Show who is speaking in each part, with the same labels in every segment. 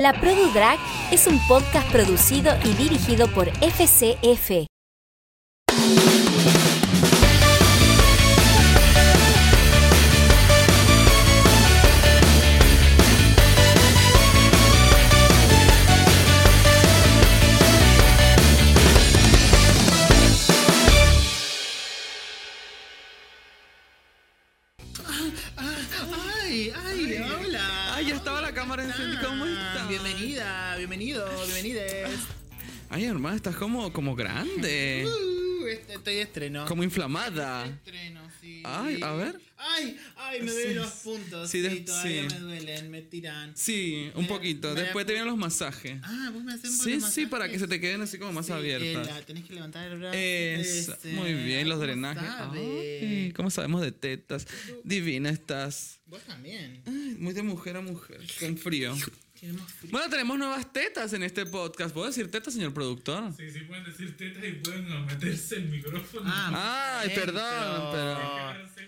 Speaker 1: La Produ Drag es un podcast producido y dirigido por FCF.
Speaker 2: Ay, ay, hola.
Speaker 3: Ay, ya estaba la cámara encendida. ¿Cómo estás?
Speaker 2: Ah, Bienvenida, bienvenido, bienvenides.
Speaker 3: Ay, hermana, estás como, como grande.
Speaker 2: Uh, este- estoy de estreno.
Speaker 3: Como inflamada.
Speaker 2: Estreno, sí.
Speaker 3: Ay, a ver.
Speaker 2: Ay, ay, me
Speaker 3: Sí,
Speaker 2: duelen los
Speaker 3: sí,
Speaker 2: puntos. Sí,
Speaker 3: sí, de-
Speaker 2: todavía
Speaker 3: sí.
Speaker 2: me duelen, me tiran.
Speaker 3: Sí, un
Speaker 2: Me-
Speaker 3: poquito.
Speaker 2: me-
Speaker 3: Después te vienen los masajes.
Speaker 2: Ah, vos me haces
Speaker 3: Sí, sí, para que se te queden así como más abiertas.
Speaker 2: eh, la, tenés que levantar el brazo.
Speaker 3: Es,
Speaker 2: ese.
Speaker 3: muy bien, los
Speaker 2: este, ¿Cómo
Speaker 3: drenajes.
Speaker 2: sabe?
Speaker 3: Ay, ¿Cómo sabemos de tetas? Divina estás.
Speaker 2: Vos también.
Speaker 3: Ay, Muy de mujer a mujer, con frío.
Speaker 2: Queremos frío.
Speaker 3: Bueno, tenemos nuevas tetas en este podcast. ¿Puedo decir tetas, señor productor?
Speaker 4: Sí, sí pueden decir tetas y pueden meterse el micrófono.
Speaker 3: Ah. Ay,
Speaker 2: mucha gente,
Speaker 3: perdón,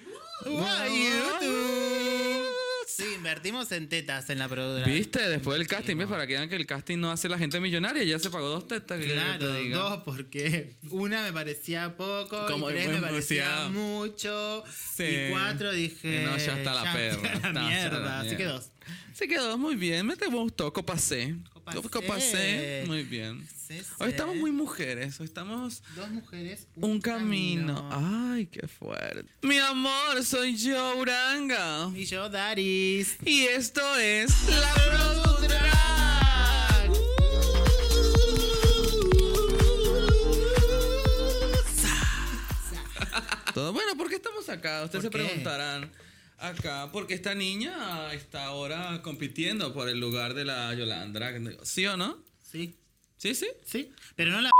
Speaker 2: Guay, YouTube.
Speaker 3: pero...
Speaker 2: Sí, invertimos en tetas en la productora.
Speaker 3: ¿Viste? Después del casting, ¿ves? Para que vean que el casting no hace la gente millonaria, ya se pagó dos tetas. que
Speaker 2: Claro,
Speaker 3: te diga.
Speaker 2: dos, porque una me parecía poco,
Speaker 3: Como
Speaker 2: y tres
Speaker 3: me
Speaker 2: me parecía
Speaker 3: parecía-
Speaker 2: mucho,
Speaker 3: Sí.
Speaker 2: y cuatro dije...
Speaker 3: No, ya está la
Speaker 2: ya
Speaker 3: perra,
Speaker 2: está
Speaker 3: está,
Speaker 2: la
Speaker 3: ya
Speaker 2: mierda,
Speaker 3: está la
Speaker 2: así que
Speaker 3: mierda.
Speaker 2: dos.
Speaker 3: Se quedó muy bien, me te gustó, copacé.
Speaker 2: Copacé.
Speaker 3: Copacé, muy bien.
Speaker 2: Sí, sí.
Speaker 3: Hoy estamos muy mujeres, hoy estamos
Speaker 2: Dos mujeres, un,
Speaker 3: un camino. Ah. Ay, qué fuerte. Mi amor, soy yo, Uranga.
Speaker 2: Y yo, Daris.
Speaker 3: Y esto es La Productora. Todo bueno, ¿por qué estamos acá? Ustedes se
Speaker 2: ¿Por qué?
Speaker 3: preguntarán acá, porque esta niña está ahora compitiendo por el lugar de la Yolanda. ¿Sí o no?
Speaker 2: Sí,
Speaker 3: ¿Sí, sí?
Speaker 2: sí, pero no la...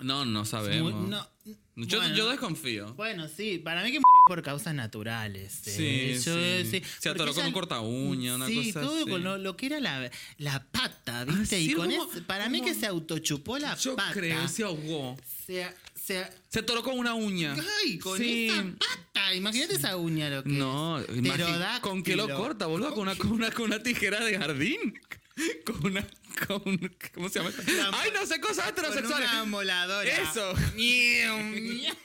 Speaker 3: No, no sabemos.
Speaker 2: Mu- no.
Speaker 3: Yo,
Speaker 2: Bueno.
Speaker 3: yo desconfío.
Speaker 2: Bueno, sí, para mí que murió por causas naturales. eh.
Speaker 3: Sí,
Speaker 2: Yo,
Speaker 3: sí.
Speaker 2: sí,
Speaker 3: Se atoró
Speaker 2: porque
Speaker 3: con
Speaker 2: ella-
Speaker 3: un corta uña, una
Speaker 2: sí,
Speaker 3: cosa
Speaker 2: todo
Speaker 3: así. Ah,
Speaker 2: con lo, lo que era la, la pata, ¿viste?
Speaker 3: sí,
Speaker 2: y con
Speaker 3: como-
Speaker 2: eso, para mí
Speaker 3: como-
Speaker 2: que se autochupó la
Speaker 3: Yo
Speaker 2: pata.
Speaker 3: creo, se ahogó.
Speaker 2: Se, se-
Speaker 3: Se toró con una uña.
Speaker 2: ay, con
Speaker 3: Ah, Sí.
Speaker 2: esa pata. Imagínate esa uña lo que
Speaker 3: No,
Speaker 2: es.
Speaker 3: imagínate.
Speaker 2: Pterodáctilo.
Speaker 3: ¿Con qué lo corta, boludo? Con una, con una, con una tijera de jardín. Con una. Con, ¿Cómo se llama? esta? Ay, no sé cosas
Speaker 2: Con
Speaker 3: heterosexuales.
Speaker 2: una moladora.
Speaker 3: Eso.
Speaker 2: Miau, miau.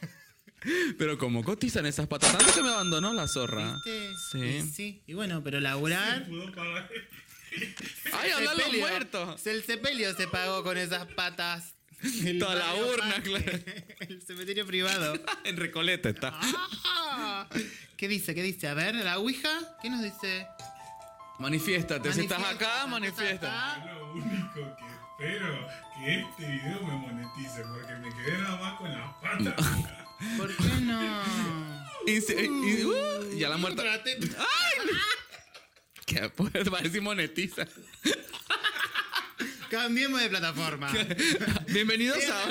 Speaker 3: Pero como cotizan esas patas, tanto que me abandonó la zorra.
Speaker 2: ¿Viste?
Speaker 3: Sí.
Speaker 2: Y sí. Y bueno, pero laburar.
Speaker 4: Pudo parar.
Speaker 3: Ay, hablan los
Speaker 2: sepelio.
Speaker 3: muertos.
Speaker 2: El sepelio se pagó con esas patas. El
Speaker 3: Toda la
Speaker 2: barrio
Speaker 3: urna,
Speaker 2: Parque,
Speaker 3: claro.
Speaker 2: El cementerio privado.
Speaker 3: En Recoleta está.
Speaker 2: Ah, ¿Qué dice? ¿Qué dice? A ver, la Ouija, ¿qué nos dice?
Speaker 3: Manifiéstate. Si estás
Speaker 2: Manifiesta,
Speaker 3: acá, manifiesta.
Speaker 2: acá.
Speaker 4: Es Lo único que espero que este video me monetice porque me quedé nada más con las patas.
Speaker 2: ¿Por qué no?
Speaker 3: Y se- y- uh, ya la muerta. Ah.
Speaker 2: Otra teta.
Speaker 3: Que pues, parece monetiza.
Speaker 2: Cambiemos de plataforma.
Speaker 3: Bienvenidos a.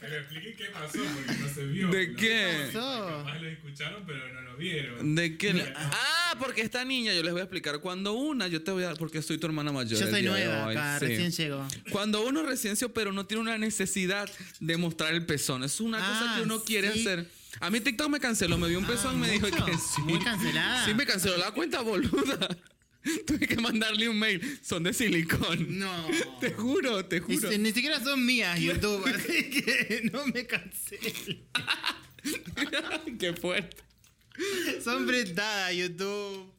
Speaker 4: Pero expliquen qué pasó porque no se vio.
Speaker 3: ¿De
Speaker 4: No
Speaker 3: qué?
Speaker 4: sé, Capaz lo escucharon pero no lo vieron.
Speaker 3: ¿De qué?
Speaker 4: Mira,
Speaker 3: Ah, porque esta niña, yo les voy a explicar. Cuando una, yo te voy a dar, porque soy tu hermana mayor.
Speaker 2: Yo
Speaker 3: el
Speaker 2: soy
Speaker 3: día de
Speaker 2: nueva
Speaker 3: hoy,
Speaker 2: acá,
Speaker 3: sí.
Speaker 2: recién llego.
Speaker 3: Cuando uno recién se opera, uno tiene una necesidad de mostrar el pezón. Es una
Speaker 2: Ah,
Speaker 3: cosa que uno quiere
Speaker 2: sí. Ah,
Speaker 3: hacer. A mí TikTok me canceló, me dio un pezón y me dijo
Speaker 2: ¿mucho?
Speaker 3: que sí.
Speaker 2: Muy cancelada.
Speaker 3: Sí, me canceló la cuenta, boluda. Tuve que mandarle un mail. Son de silicón.
Speaker 2: No.
Speaker 3: Te juro, te
Speaker 2: Ni,
Speaker 3: juro.
Speaker 2: ni siquiera son mías YouTube, así que no me cancelen.
Speaker 3: Qué fuerte.
Speaker 2: Son prestadas YouTube.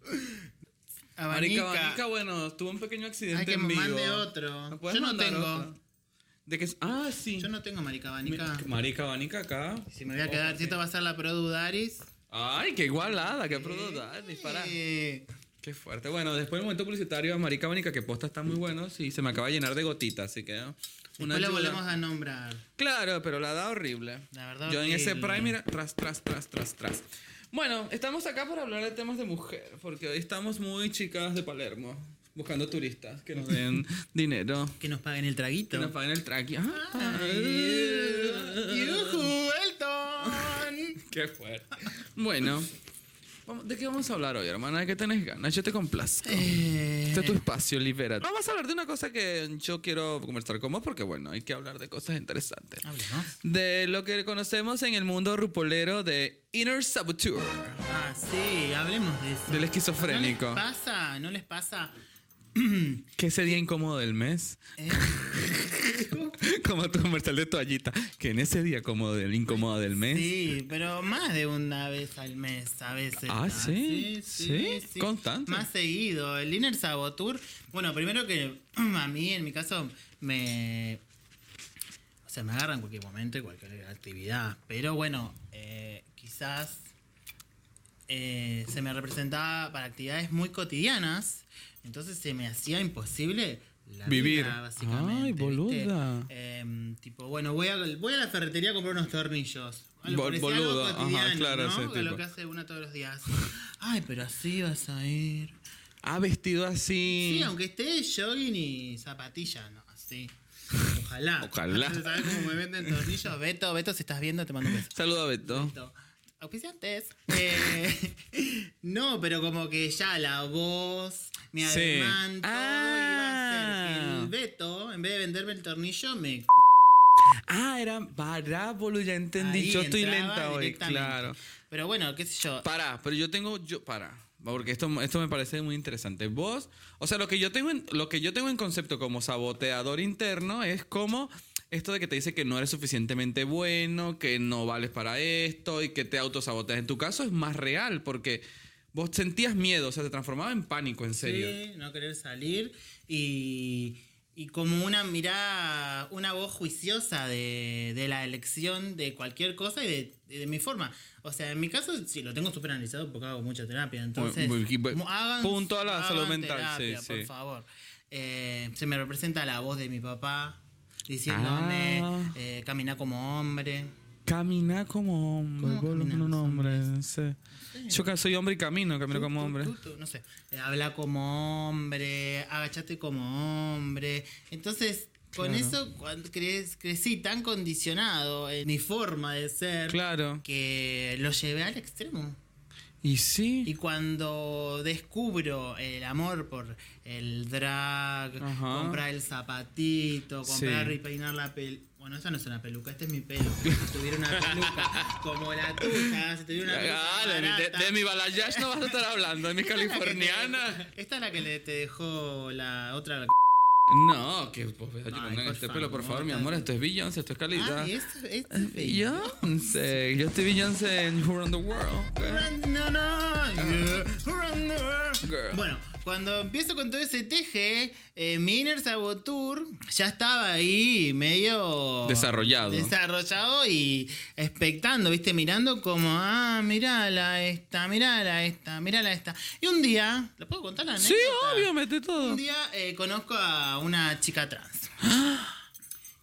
Speaker 3: Marica,
Speaker 2: Abanica.
Speaker 3: Abanica, bueno, tuvo un pequeño accidente
Speaker 2: Hay que
Speaker 3: en
Speaker 2: me
Speaker 3: vivo.
Speaker 2: mande otro.
Speaker 3: ¿Me puedes
Speaker 2: Yo no
Speaker 3: mandar
Speaker 2: tengo.
Speaker 3: otro? ¿De que Ah, sí.
Speaker 2: Yo no tengo marica
Speaker 3: Mi- Oh,
Speaker 2: abanica.
Speaker 3: Marica Abanica acá.
Speaker 2: Si me voy a quedar, si esto va a ser la Produ Daris.
Speaker 3: Ay, qué igualada, qué producto. Dispara.
Speaker 2: Eh,
Speaker 3: Qué fuerte. Bueno, después del momento publicitario, Marica Abanica, que posta está muy bueno, y se me acaba de llenar de gotitas, así que. ¿no?
Speaker 2: después la
Speaker 3: Una ayuda.
Speaker 2: volvemos a nombrar.
Speaker 3: Claro, pero la da horrible.
Speaker 2: La verdad
Speaker 3: Yo en ese
Speaker 2: horrible.
Speaker 3: prime, mira, tras, tras, tras, tras, tras. Bueno, estamos acá para hablar de temas de mujer, porque hoy estamos muy chicas de Palermo, buscando turistas que nos den dinero.
Speaker 2: Que nos paguen el traguito.
Speaker 3: Que nos paguen el traqui. Ah,
Speaker 2: Ay, yujú, Eh, Elton.
Speaker 3: Qué fuerte. Bueno, vamos- ¿de qué vamos a hablar hoy, hermana? ¿De qué tenés ganas? Yo te complazco.
Speaker 2: Eh,
Speaker 3: Este es tu espacio, libérate. Vamos a hablar de una cosa que yo quiero conversar con vos porque, bueno, hay que hablar de cosas interesantes.
Speaker 2: hablemos.
Speaker 3: De lo que conocemos en el mundo rupolero de Inner Saboteur,
Speaker 2: Ah, sí, hablemos de eso.
Speaker 3: del
Speaker 2: ¿No les
Speaker 3: esquizofrénico.
Speaker 2: pasa? ¿No les pasa
Speaker 3: ¿Qué sería incómodo del mes?
Speaker 2: Eh,
Speaker 3: Como tu comercial de toallita. Que en ese día cómodo del incómodo del mes.
Speaker 2: Sí, pero más de una vez al mes, a veces.
Speaker 3: Ah, sí, sí,
Speaker 2: sí.
Speaker 3: constante.
Speaker 2: Más seguido. El Inner Sabotur, bueno, primero que a mí, en mi caso, me. O sea, me agarra en cualquier momento y cualquier actividad. Pero bueno, eh, quizás eh, se me representaba para actividades muy cotidianas. Entonces se me hacía imposible la
Speaker 3: Vivir.
Speaker 2: vida, básicamente.
Speaker 3: Ay,
Speaker 2: ¿viste?
Speaker 3: boluda.
Speaker 2: Em, tipo, bueno, voy a, voy a la ferretería a comprar unos tornillos.
Speaker 3: Bo-
Speaker 2: Algo parecido,
Speaker 3: boludo,
Speaker 2: algo
Speaker 3: ajá,
Speaker 2: cotidiano,
Speaker 3: claro,
Speaker 2: ¿no?
Speaker 3: ese
Speaker 2: Que
Speaker 3: tipo.
Speaker 2: lo que hace una todos los días. Ay, pero así vas a ir.
Speaker 3: Ah, vestido así.
Speaker 2: Sí, aunque esté jogging y zapatilla, no, así. Ojalá.
Speaker 3: Ojalá.
Speaker 2: ¿Sabes cómo me venden tornillos? Beto, Beto, si estás viendo, te mando un beso.
Speaker 3: Saluda a Beto.
Speaker 2: Perfecto. Auspiciantes. Eh, no, pero como que ya la voz, mi
Speaker 3: Sí.
Speaker 2: adelanto, iba a ser que
Speaker 3: Ah.
Speaker 2: el Beto, en vez de venderme el tornillo, me.
Speaker 3: Ah, era para, boludo, ya entendí.
Speaker 2: ahí
Speaker 3: yo estoy
Speaker 2: entraba
Speaker 3: lenta hoy,
Speaker 2: directamente.
Speaker 3: claro.
Speaker 2: Pero bueno, qué sé yo.
Speaker 3: Para, pero yo tengo, yo, para, porque esto, esto me parece muy interesante. Vos, o sea, lo que yo tengo en, lo que yo tengo en concepto como saboteador interno es como esto de que te dice que no eres suficientemente bueno, que no vales para esto y que te autosaboteas. En tu caso es más real porque vos sentías miedo, o sea, te transformaba en pánico, en serio.
Speaker 2: Sí, no querer salir y, y como una mirada, una voz juiciosa de, de la elección de cualquier cosa y de, de mi forma. O sea, en mi caso sí lo tengo súper analizado porque hago mucha terapia, entonces
Speaker 3: Muy- muy- muy-
Speaker 2: mu- hagan,
Speaker 3: punto a la
Speaker 2: hagan
Speaker 3: salud mental,
Speaker 2: terapia,
Speaker 3: sí,
Speaker 2: por
Speaker 3: sí.
Speaker 2: favor. Eh, se me representa la voz de mi papá diciéndome
Speaker 3: Ah.
Speaker 2: eh, camina como hombre.
Speaker 3: Caminar como hombre,
Speaker 2: ¿Cómo
Speaker 3: boludo,
Speaker 2: caminan
Speaker 3: un
Speaker 2: los
Speaker 3: hombre. sí. Yo que soy hombre y camino, camino como
Speaker 2: Tú,
Speaker 3: hombre.
Speaker 2: tú, tú, no sé. Eh, Habla como hombre, agachate como hombre. Entonces, con
Speaker 3: Claro.
Speaker 2: eso cuando crees, crecí tan condicionado en mi forma de ser
Speaker 3: Claro.
Speaker 2: que lo llevé al extremo.
Speaker 3: Y sí.
Speaker 2: Y cuando descubro el amor por el drag,
Speaker 3: Ajá.
Speaker 2: comprar el zapatito, comprar
Speaker 3: Sí.
Speaker 2: y peinar la peluca. Bueno, esa no es una peluca, este es mi pelo. Si tuviera una peluca como la tuya, si tuviera una peluca.
Speaker 3: Ah, de, mi- de-
Speaker 2: barata.
Speaker 3: de mi balayage no vas a estar hablando, de mi
Speaker 2: Esta es la que te-
Speaker 3: californiana.
Speaker 2: Esta es la que le- te dejó la otra.
Speaker 3: No, que vos ves,
Speaker 2: Ay,
Speaker 3: pongan
Speaker 2: por
Speaker 3: este pelo, por favor, mi
Speaker 2: favor.
Speaker 3: amor, esto es Beyoncé, esto es calidad.
Speaker 2: Ah, y esto esto es bello.
Speaker 3: Beyoncé, yo estoy Beyoncé en Who Run the World.
Speaker 2: Run, no, no, yeah, run, no.
Speaker 3: Ah. Girl.
Speaker 2: Bueno, cuando empiezo con todo ese teje, eh, mi inner saboteur ya estaba ahí medio...
Speaker 3: Desarrollado.
Speaker 2: Desarrollado y expectando, viste, mirando como, ah, mirala esta, mirala esta, mirala esta. Y un día, ¿lo puedo contar la
Speaker 3: Sí,
Speaker 2: anécdota?
Speaker 3: obvio, mete todo.
Speaker 2: Un día eh, conozco a una chica trans.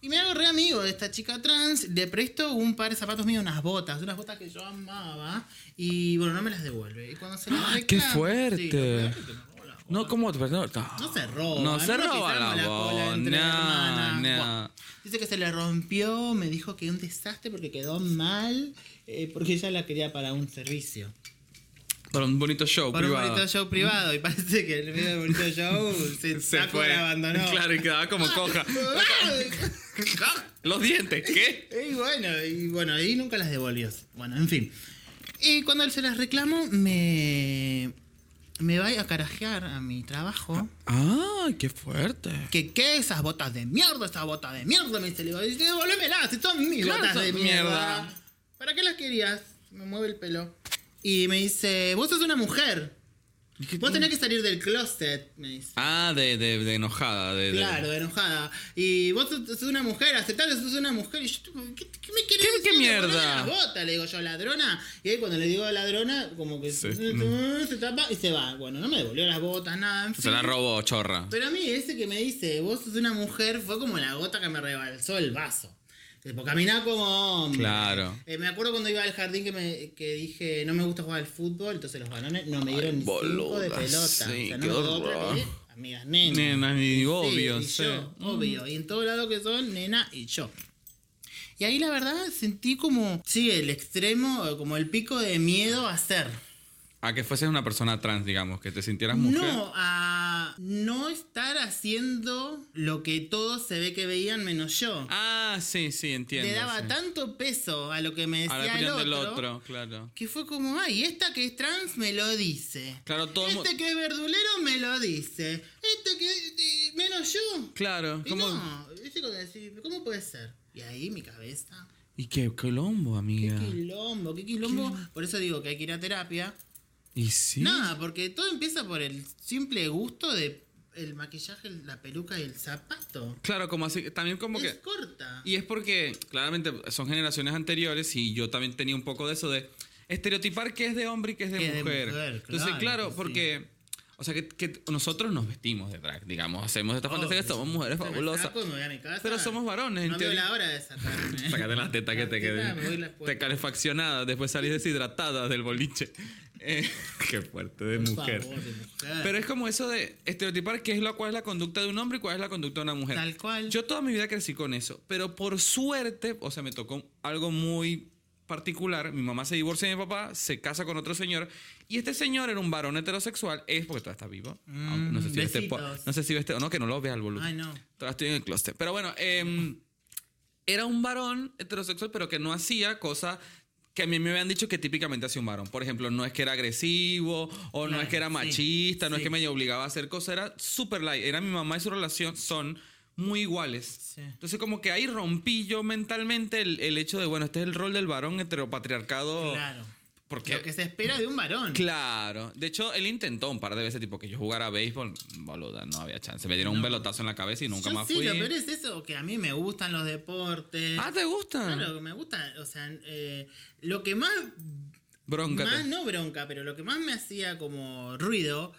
Speaker 2: Y me hago re amigo de esta chica trans. Le presto un par de zapatos míos, unas botas, unas botas que yo amaba. Y bueno, no me las devuelve. Y cuando se las
Speaker 3: ¡Ah,
Speaker 2: reclamo-
Speaker 3: qué
Speaker 2: sí,
Speaker 3: fuerte!
Speaker 2: lo peor es que me robó las
Speaker 3: No,
Speaker 2: botas.
Speaker 3: ¿cómo? Perdón,
Speaker 2: No se roba.
Speaker 3: No se
Speaker 2: nos
Speaker 3: roba
Speaker 2: pisamos
Speaker 3: la
Speaker 2: cola entre
Speaker 3: bola,
Speaker 2: hermanas.
Speaker 3: no.
Speaker 2: Buah. Dice que se le rompió, me dijo que un desastre porque quedó mal, eh, porque ella la quería para un servicio.
Speaker 3: Para un bonito show
Speaker 2: Por
Speaker 3: privado.
Speaker 2: un bonito show privado. Y parece que el medio del bonito show se, sacó y abandonó.
Speaker 3: Claro, y quedaba como coja. Los dientes, ¿qué?
Speaker 2: y bueno, y bueno, ahí nunca las devolvió. Bueno, en fin. Y cuando él se las reclamo, me. Me va a carajear a mi trabajo.
Speaker 3: Ah, qué fuerte.
Speaker 2: Que qué esas botas de mierda, esas botas de mierda, me dice. Le digo, devuélvemelas, si son mis
Speaker 3: Claro,
Speaker 2: botas
Speaker 3: son
Speaker 2: de mierda.
Speaker 3: mierda.
Speaker 2: ¿Para qué las querías? Me mueve el pelo. Y me dice, vos sos una mujer. Vos tenés que salir del closet, me dice.
Speaker 3: Ah, de, de, de enojada. De, de-
Speaker 2: Claro, enojada. Y vos sos sos una mujer, aceptás que sos una mujer. Y yo, tipo, ¿qué, qué me querés
Speaker 3: ¿Qué-
Speaker 2: decir?
Speaker 3: qué mierda?
Speaker 2: Poneme la bota, le digo yo, ladrona. Y ahí cuando le digo ladrona, como que
Speaker 3: Sí.
Speaker 2: se, se tapa y se va. Bueno, no me devolvió las botas, nada. En
Speaker 3: Se
Speaker 2: fin.
Speaker 3: la robó, chorra.
Speaker 2: Pero a mí ese que me dice, vos sos una mujer, fue como la gota que me rebalsó el vaso. Tipo, caminá como hombre.
Speaker 3: Claro.
Speaker 2: Eh, me acuerdo cuando iba al jardín que, me, que dije, no me gusta jugar al fútbol, entonces los balones no me dieron ni cinco
Speaker 3: boluda,
Speaker 2: de pelota.
Speaker 3: sí,
Speaker 2: o sea, no
Speaker 3: qué
Speaker 2: me quedó otra
Speaker 3: horror.
Speaker 2: que, amigas nenas.
Speaker 3: Nena, y obvio,
Speaker 2: y
Speaker 3: sí. Mm.
Speaker 2: yo, obvio. Y en todo lado que son, nena y yo. Y ahí la verdad sentí como, sí, el extremo, como el pico de miedo a ser.
Speaker 3: A que fueses una persona trans, digamos, que te sintieras mujer.
Speaker 2: No, a, no estar haciendo lo que todos se ve que veían menos yo.
Speaker 3: Ah, sí, sí, entiendo.
Speaker 2: Le daba
Speaker 3: sí.
Speaker 2: tanto peso a lo que me
Speaker 3: A la
Speaker 2: decía el
Speaker 3: opinión
Speaker 2: otro,
Speaker 3: del otro, claro.
Speaker 2: que fue como, ay, esta que es trans me lo dice.
Speaker 3: Claro, todo el mu-
Speaker 2: Este que es verdulero me lo dice. Este que eh, menos yo.
Speaker 3: Claro,
Speaker 2: Y
Speaker 3: como.
Speaker 2: no, yo tengo que decir, ¿cómo puede ser? Y ahí mi cabeza.
Speaker 3: Y qué colombo, amiga.
Speaker 2: Qué quilombo, qué quilombo. Por eso digo que hay que ir a terapia.
Speaker 3: Y sí.
Speaker 2: Nada, porque todo empieza por el simple gusto de el maquillaje, la peluca y el zapato.
Speaker 3: Claro, como así. También como
Speaker 2: Es
Speaker 3: que.
Speaker 2: corta.
Speaker 3: Y es porque, claramente, son generaciones anteriores y yo también tenía un poco de eso de estereotipar qué es de hombre y qué es de
Speaker 2: Qué es de
Speaker 3: mujer.
Speaker 2: mujer,
Speaker 3: Entonces,
Speaker 2: claro
Speaker 3: claro,
Speaker 2: que
Speaker 3: porque. O sea, que, que nosotros nos vestimos de drag, digamos. Hacemos esta fantasía que
Speaker 2: Obvio.
Speaker 3: somos mujeres
Speaker 2: Me
Speaker 3: fabulosas.
Speaker 2: saco y me voy a mi casa.
Speaker 3: Pero somos varones, en
Speaker 2: No veo
Speaker 3: teoría.
Speaker 2: la hora de sacarme.
Speaker 3: Sácate las tetas que te
Speaker 2: Las tetas, me voy
Speaker 3: queden.
Speaker 2: las puedo.
Speaker 3: Te calefaccionada, después salís deshidratada del boliche. Eh, qué fuerte de
Speaker 2: Por
Speaker 3: mujer.
Speaker 2: favor, de mujer.
Speaker 3: Pero es como eso de estereotipar qué es lo, cuál es la conducta de un hombre y cuál es la conducta de una mujer.
Speaker 2: Tal cual.
Speaker 3: Yo toda mi vida crecí con eso. Pero por suerte, o sea, me tocó algo muy particular. Mi mamá se divorcia de mi papá, se casa con otro señor. Y este señor era un varón heterosexual. Es porque todavía está vivo. Aunque no sé si este po-
Speaker 2: Mm, besitos.
Speaker 3: No sé si este o no, que no lo veas al volumen.
Speaker 2: Ay, no.
Speaker 3: Todavía estoy en el closet. Pero bueno, em, era un varón heterosexual, pero que no hacía cosas que a mí me habían dicho que típicamente hacía un varón. Por ejemplo, no es que era agresivo, o no
Speaker 2: Claro,
Speaker 3: es que era
Speaker 2: sí,
Speaker 3: machista, no es
Speaker 2: sí.
Speaker 3: que me obligaba a hacer cosas, era súper light. Era mi mamá y su relación son muy iguales.
Speaker 2: Sí.
Speaker 3: Entonces como que ahí rompí yo mentalmente el, el hecho de, bueno, este es el rol del varón heteropatriarcado.
Speaker 2: Claro.
Speaker 3: Porque
Speaker 2: Lo que se espera de un varón.
Speaker 3: Claro. De hecho, él intentó un par de veces, tipo, que yo jugara béisbol. Boluda, no había chance. Me dieron un pelotazo en la cabeza y nunca
Speaker 2: Yo
Speaker 3: más
Speaker 2: sí,
Speaker 3: fui.
Speaker 2: lo peor es eso, que a mí me gustan los deportes.
Speaker 3: Ah, ¿te gusta?
Speaker 2: Claro, me gusta, o sea, eh, lo que más,
Speaker 3: Bróncate.
Speaker 2: más, no bronca, pero lo que más me hacía como ruido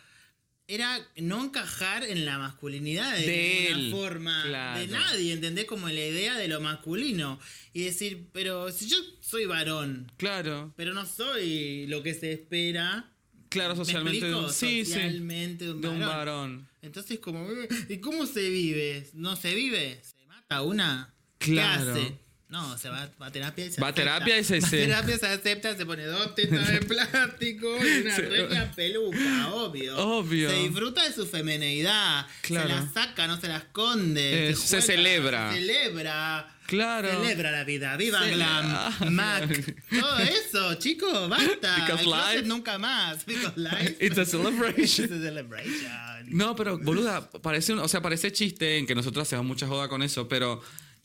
Speaker 2: era no encajar en la masculinidad de,
Speaker 3: De
Speaker 2: ninguna
Speaker 3: él,
Speaker 2: forma
Speaker 3: claro.
Speaker 2: de nadie, ¿entendés? Como la idea de lo masculino. Y decir, pero si yo soy varón,
Speaker 3: Claro.
Speaker 2: pero no soy lo que se espera.
Speaker 3: Claro,
Speaker 2: ¿me
Speaker 3: socialmente. de un-
Speaker 2: explico?
Speaker 3: sí, sí.
Speaker 2: socialmente de un
Speaker 3: De un
Speaker 2: varón.
Speaker 3: varón.
Speaker 2: Entonces, como, eh, ¿y cómo se vive? ¿No se vive? ¿Se mata una?
Speaker 3: Claro.
Speaker 2: ¿Qué hace? No, se va, va a terapia y se
Speaker 3: Va a
Speaker 2: acepta.
Speaker 3: terapia y se-
Speaker 2: Va a
Speaker 3: se-
Speaker 2: terapia, se acepta, se pone dos tetas de plástico y una
Speaker 3: Se-
Speaker 2: regla peluca, obvio.
Speaker 3: Obvio.
Speaker 2: Se disfruta de su femeneidad.
Speaker 3: Claro.
Speaker 2: Se la saca, no se la esconde.
Speaker 3: Es- se
Speaker 2: juega,
Speaker 3: celebra.
Speaker 2: Se celebra.
Speaker 3: Claro.
Speaker 2: Celebra la vida. Viva
Speaker 3: Se- Ah.
Speaker 2: Glam. Mac. Todo eso, chicos, basta. Al
Speaker 3: Because
Speaker 2: closet
Speaker 3: life-
Speaker 2: nunca más. Because life.
Speaker 3: It's a
Speaker 2: It's a
Speaker 3: celebration.
Speaker 2: celebration.
Speaker 3: No, pero boluda, parece, un- o sea, parece chiste en que nosotros hacemos mucha joda con eso, pero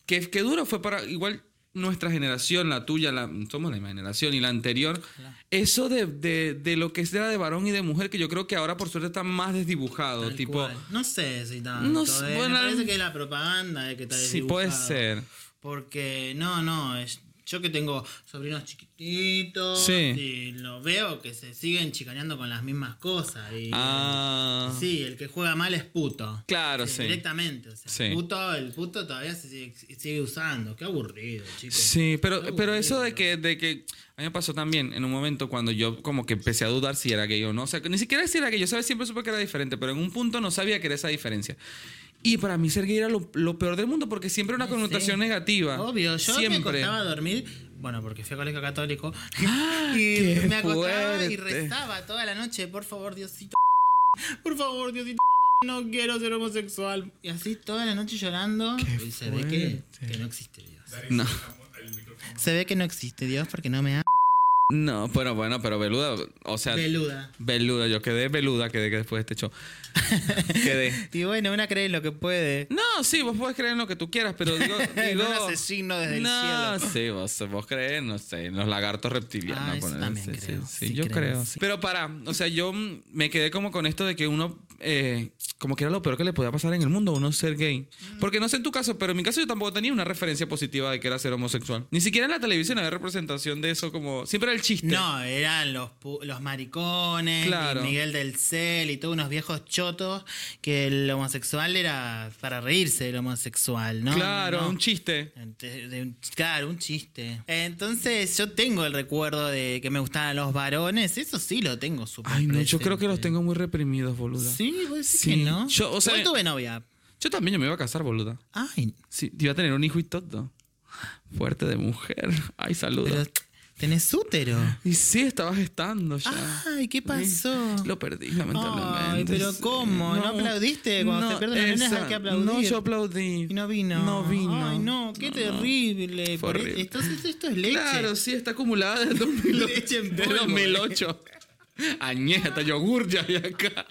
Speaker 3: qué, qué duro fue para igual nuestra generación, la tuya, la, somos la misma generación y la anterior, eso de, de, de lo que era de varón y de mujer, que yo creo que ahora por suerte está más desdibujado,
Speaker 2: Tal
Speaker 3: tipo,
Speaker 2: cual. No sé si tanto.
Speaker 3: No sé,
Speaker 2: eh.
Speaker 3: bueno,
Speaker 2: Me parece
Speaker 3: al-
Speaker 2: que es la propaganda de que está
Speaker 3: sí puede
Speaker 2: desdibujado.
Speaker 3: ser.
Speaker 2: Porque, no, no. es- yo que tengo sobrinos chiquititos.
Speaker 3: Sí.
Speaker 2: Y lo veo que se siguen chicaneando con las mismas cosas. Y,
Speaker 3: Ah,
Speaker 2: Sí, el que juega mal es puto.
Speaker 3: claro,
Speaker 2: Sí,
Speaker 3: sí.
Speaker 2: Directamente. O sea,
Speaker 3: Sí.
Speaker 2: puto, el puto todavía se sigue, sigue usando. Qué aburrido, chicos.
Speaker 3: Sí,
Speaker 2: Qué
Speaker 3: pero, pero eso de
Speaker 2: aburrido.
Speaker 3: que, de que a mí me pasó también en un momento cuando yo como que empecé a dudar si era gay o no. O sea, que ni siquiera si era gay. Yo sabía, siempre supe que era diferente, pero en un punto no sabía que era esa diferencia. Y para mí ser gay era lo, lo peor del mundo porque siempre era una connotación negativa.
Speaker 2: Obvio, yo me
Speaker 3: siempre.
Speaker 2: acostaba a dormir, bueno, porque fui a colegio católico, y me acostaba y
Speaker 3: fuerte.
Speaker 2: rezaba toda la noche, por favor, Diosito, matame. por favor, Diosito, matame. no quiero ser homosexual. Y así toda la noche llorando, y se ve que, que no existe Dios.
Speaker 4: Dale,
Speaker 3: No.
Speaker 4: soltamos el micrófono.
Speaker 2: Se ve que no existe Dios porque no me ama.
Speaker 3: No, pero bueno, pero veluda, o sea,
Speaker 2: Peluda.
Speaker 3: veluda, yo quedé veluda, quedé que después de este show. quedé.
Speaker 2: Y bueno, una cree en lo que puede.
Speaker 3: No, sí, vos podés creer en lo que tú quieras, pero digo. digo
Speaker 2: un asesino desde el
Speaker 3: no,
Speaker 2: cielo.
Speaker 3: sí, vos, vos crees, no sé, en los lagartos reptilianos.
Speaker 2: Ah, eso
Speaker 3: ponele,
Speaker 2: también
Speaker 3: sí, sí,
Speaker 2: creo,
Speaker 3: sí,
Speaker 2: sí
Speaker 3: yo
Speaker 2: creo,
Speaker 3: creo.
Speaker 2: sí.
Speaker 3: Pero para, o sea, yo mm, me quedé como con esto de que uno, eh, como que era lo peor que le podía pasar en el mundo, uno ser gay.
Speaker 2: Mm.
Speaker 3: Porque no sé en tu caso, pero en mi caso yo tampoco tenía una referencia positiva de que era ser homosexual. Ni siquiera en la televisión había representación de eso, como. Siempre era el chiste.
Speaker 2: No, eran los, pu- los maricones,
Speaker 3: Claro.
Speaker 2: y Miguel del Cel y todos unos viejos chotos que el homosexual era para reírse del homosexual, ¿no?
Speaker 3: claro,
Speaker 2: No, no.
Speaker 3: un chiste.
Speaker 2: Ente- de un- claro, un chiste. Entonces yo tengo el recuerdo de que me gustaban los varones, eso sí lo tengo súper
Speaker 3: Ay, no, yo
Speaker 2: presente.
Speaker 3: creo que los tengo muy reprimidos, boluda.
Speaker 2: Sí, vos decís
Speaker 3: Sí.
Speaker 2: que no.
Speaker 3: Yo, o sea-
Speaker 2: Igual tuve novia.
Speaker 3: Yo también yo me iba a casar, boluda.
Speaker 2: Ay,
Speaker 3: Sí, iba a tener un hijo y todo. Fuerte de mujer. Ay, saludos.
Speaker 2: pero Tenés útero.
Speaker 3: Y sí, estaba gestando ya.
Speaker 2: Ay, ¿qué Ah, pasó?
Speaker 3: Lo perdí, lamentablemente.
Speaker 2: Ay, pero
Speaker 3: Sí.
Speaker 2: ¿cómo? ¿No aplaudiste? Cuando se pierde una nena
Speaker 3: esa-
Speaker 2: hay que aplaudir.
Speaker 3: No, yo aplaudí.
Speaker 2: Y no vino.
Speaker 3: No vino.
Speaker 2: Ay, no, qué
Speaker 3: No, no.
Speaker 2: terrible.
Speaker 3: Fue
Speaker 2: Por-
Speaker 3: horrible.
Speaker 2: Entonces esto es leche.
Speaker 3: Claro, sí, está acumulada desde 2008.
Speaker 2: Leche en
Speaker 3: Desde
Speaker 2: polvo. eh.
Speaker 3: 2008. Añeta, yogur ya había acá.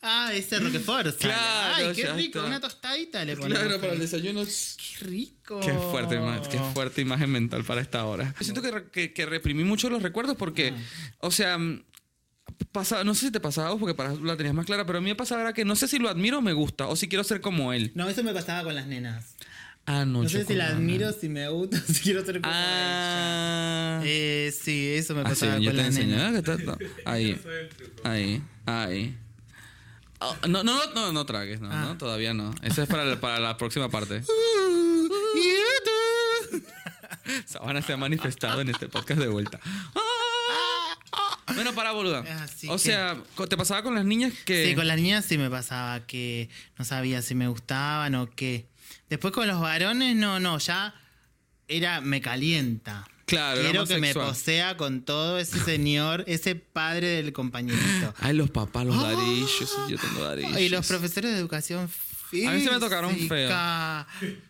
Speaker 2: Ah, ese Roquefort. sale.
Speaker 3: Claro,
Speaker 2: Ay, qué
Speaker 3: ya
Speaker 2: rico.
Speaker 3: está.
Speaker 2: Una tostadita le ponemos.
Speaker 3: Claro, para el
Speaker 2: ahí.
Speaker 3: desayuno.
Speaker 2: Qué rico.
Speaker 3: Qué fuerte, ma- qué fuerte imagen mental para esta hora. Mm. Yo siento que, re- que- que reprimí mucho los recuerdos porque, o sea, mm, pasa, no sé si te pasaba a vos porque para la tenías más clara, pero a mí me pasaba era que no sé si lo admiro o me gusta o si quiero ser como él.
Speaker 2: No, eso me pasaba con las nenas.
Speaker 3: Ah,
Speaker 2: No
Speaker 3: no, yo
Speaker 2: sé si
Speaker 3: con
Speaker 2: la
Speaker 3: Ana.
Speaker 2: admiro, si me gusta, si quiero ser como ella.
Speaker 3: Ah,
Speaker 2: Eh, sí, eso me
Speaker 3: Ah, sí,
Speaker 2: pasaba
Speaker 3: yo
Speaker 2: con
Speaker 3: te
Speaker 2: las
Speaker 3: enseñé.
Speaker 2: nenas.
Speaker 3: Ah, que está- está- Ahí, ahí, ahí. Ah, no, no, no, no, no tragues,
Speaker 2: Ah.
Speaker 3: no, no, todavía no. Eso es para la, para la próxima parte. Sabana se ha manifestado en este podcast de vuelta. Bueno, para boluda.
Speaker 2: Así
Speaker 3: o
Speaker 2: que-
Speaker 3: sea, co- ¿te pasaba con las niñas que
Speaker 2: Sí, con las niñas sí me pasaba que no sabía si me gustaban o qué. Después con los varones, no, no, ya era me calienta.
Speaker 3: Claro, era
Speaker 2: Quiero
Speaker 3: más
Speaker 2: que me
Speaker 3: sexual.
Speaker 2: posea con todo ese señor, ese padre del compañerito.
Speaker 3: Ay, los papás, los
Speaker 2: Ah.
Speaker 3: darillos. Yo tengo darillos.
Speaker 2: Y los profesores de educación física.
Speaker 3: A mí se me tocaron feo.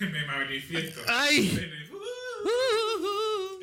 Speaker 4: Me manifiesto.
Speaker 3: Ah.
Speaker 2: Ay,
Speaker 4: Vene-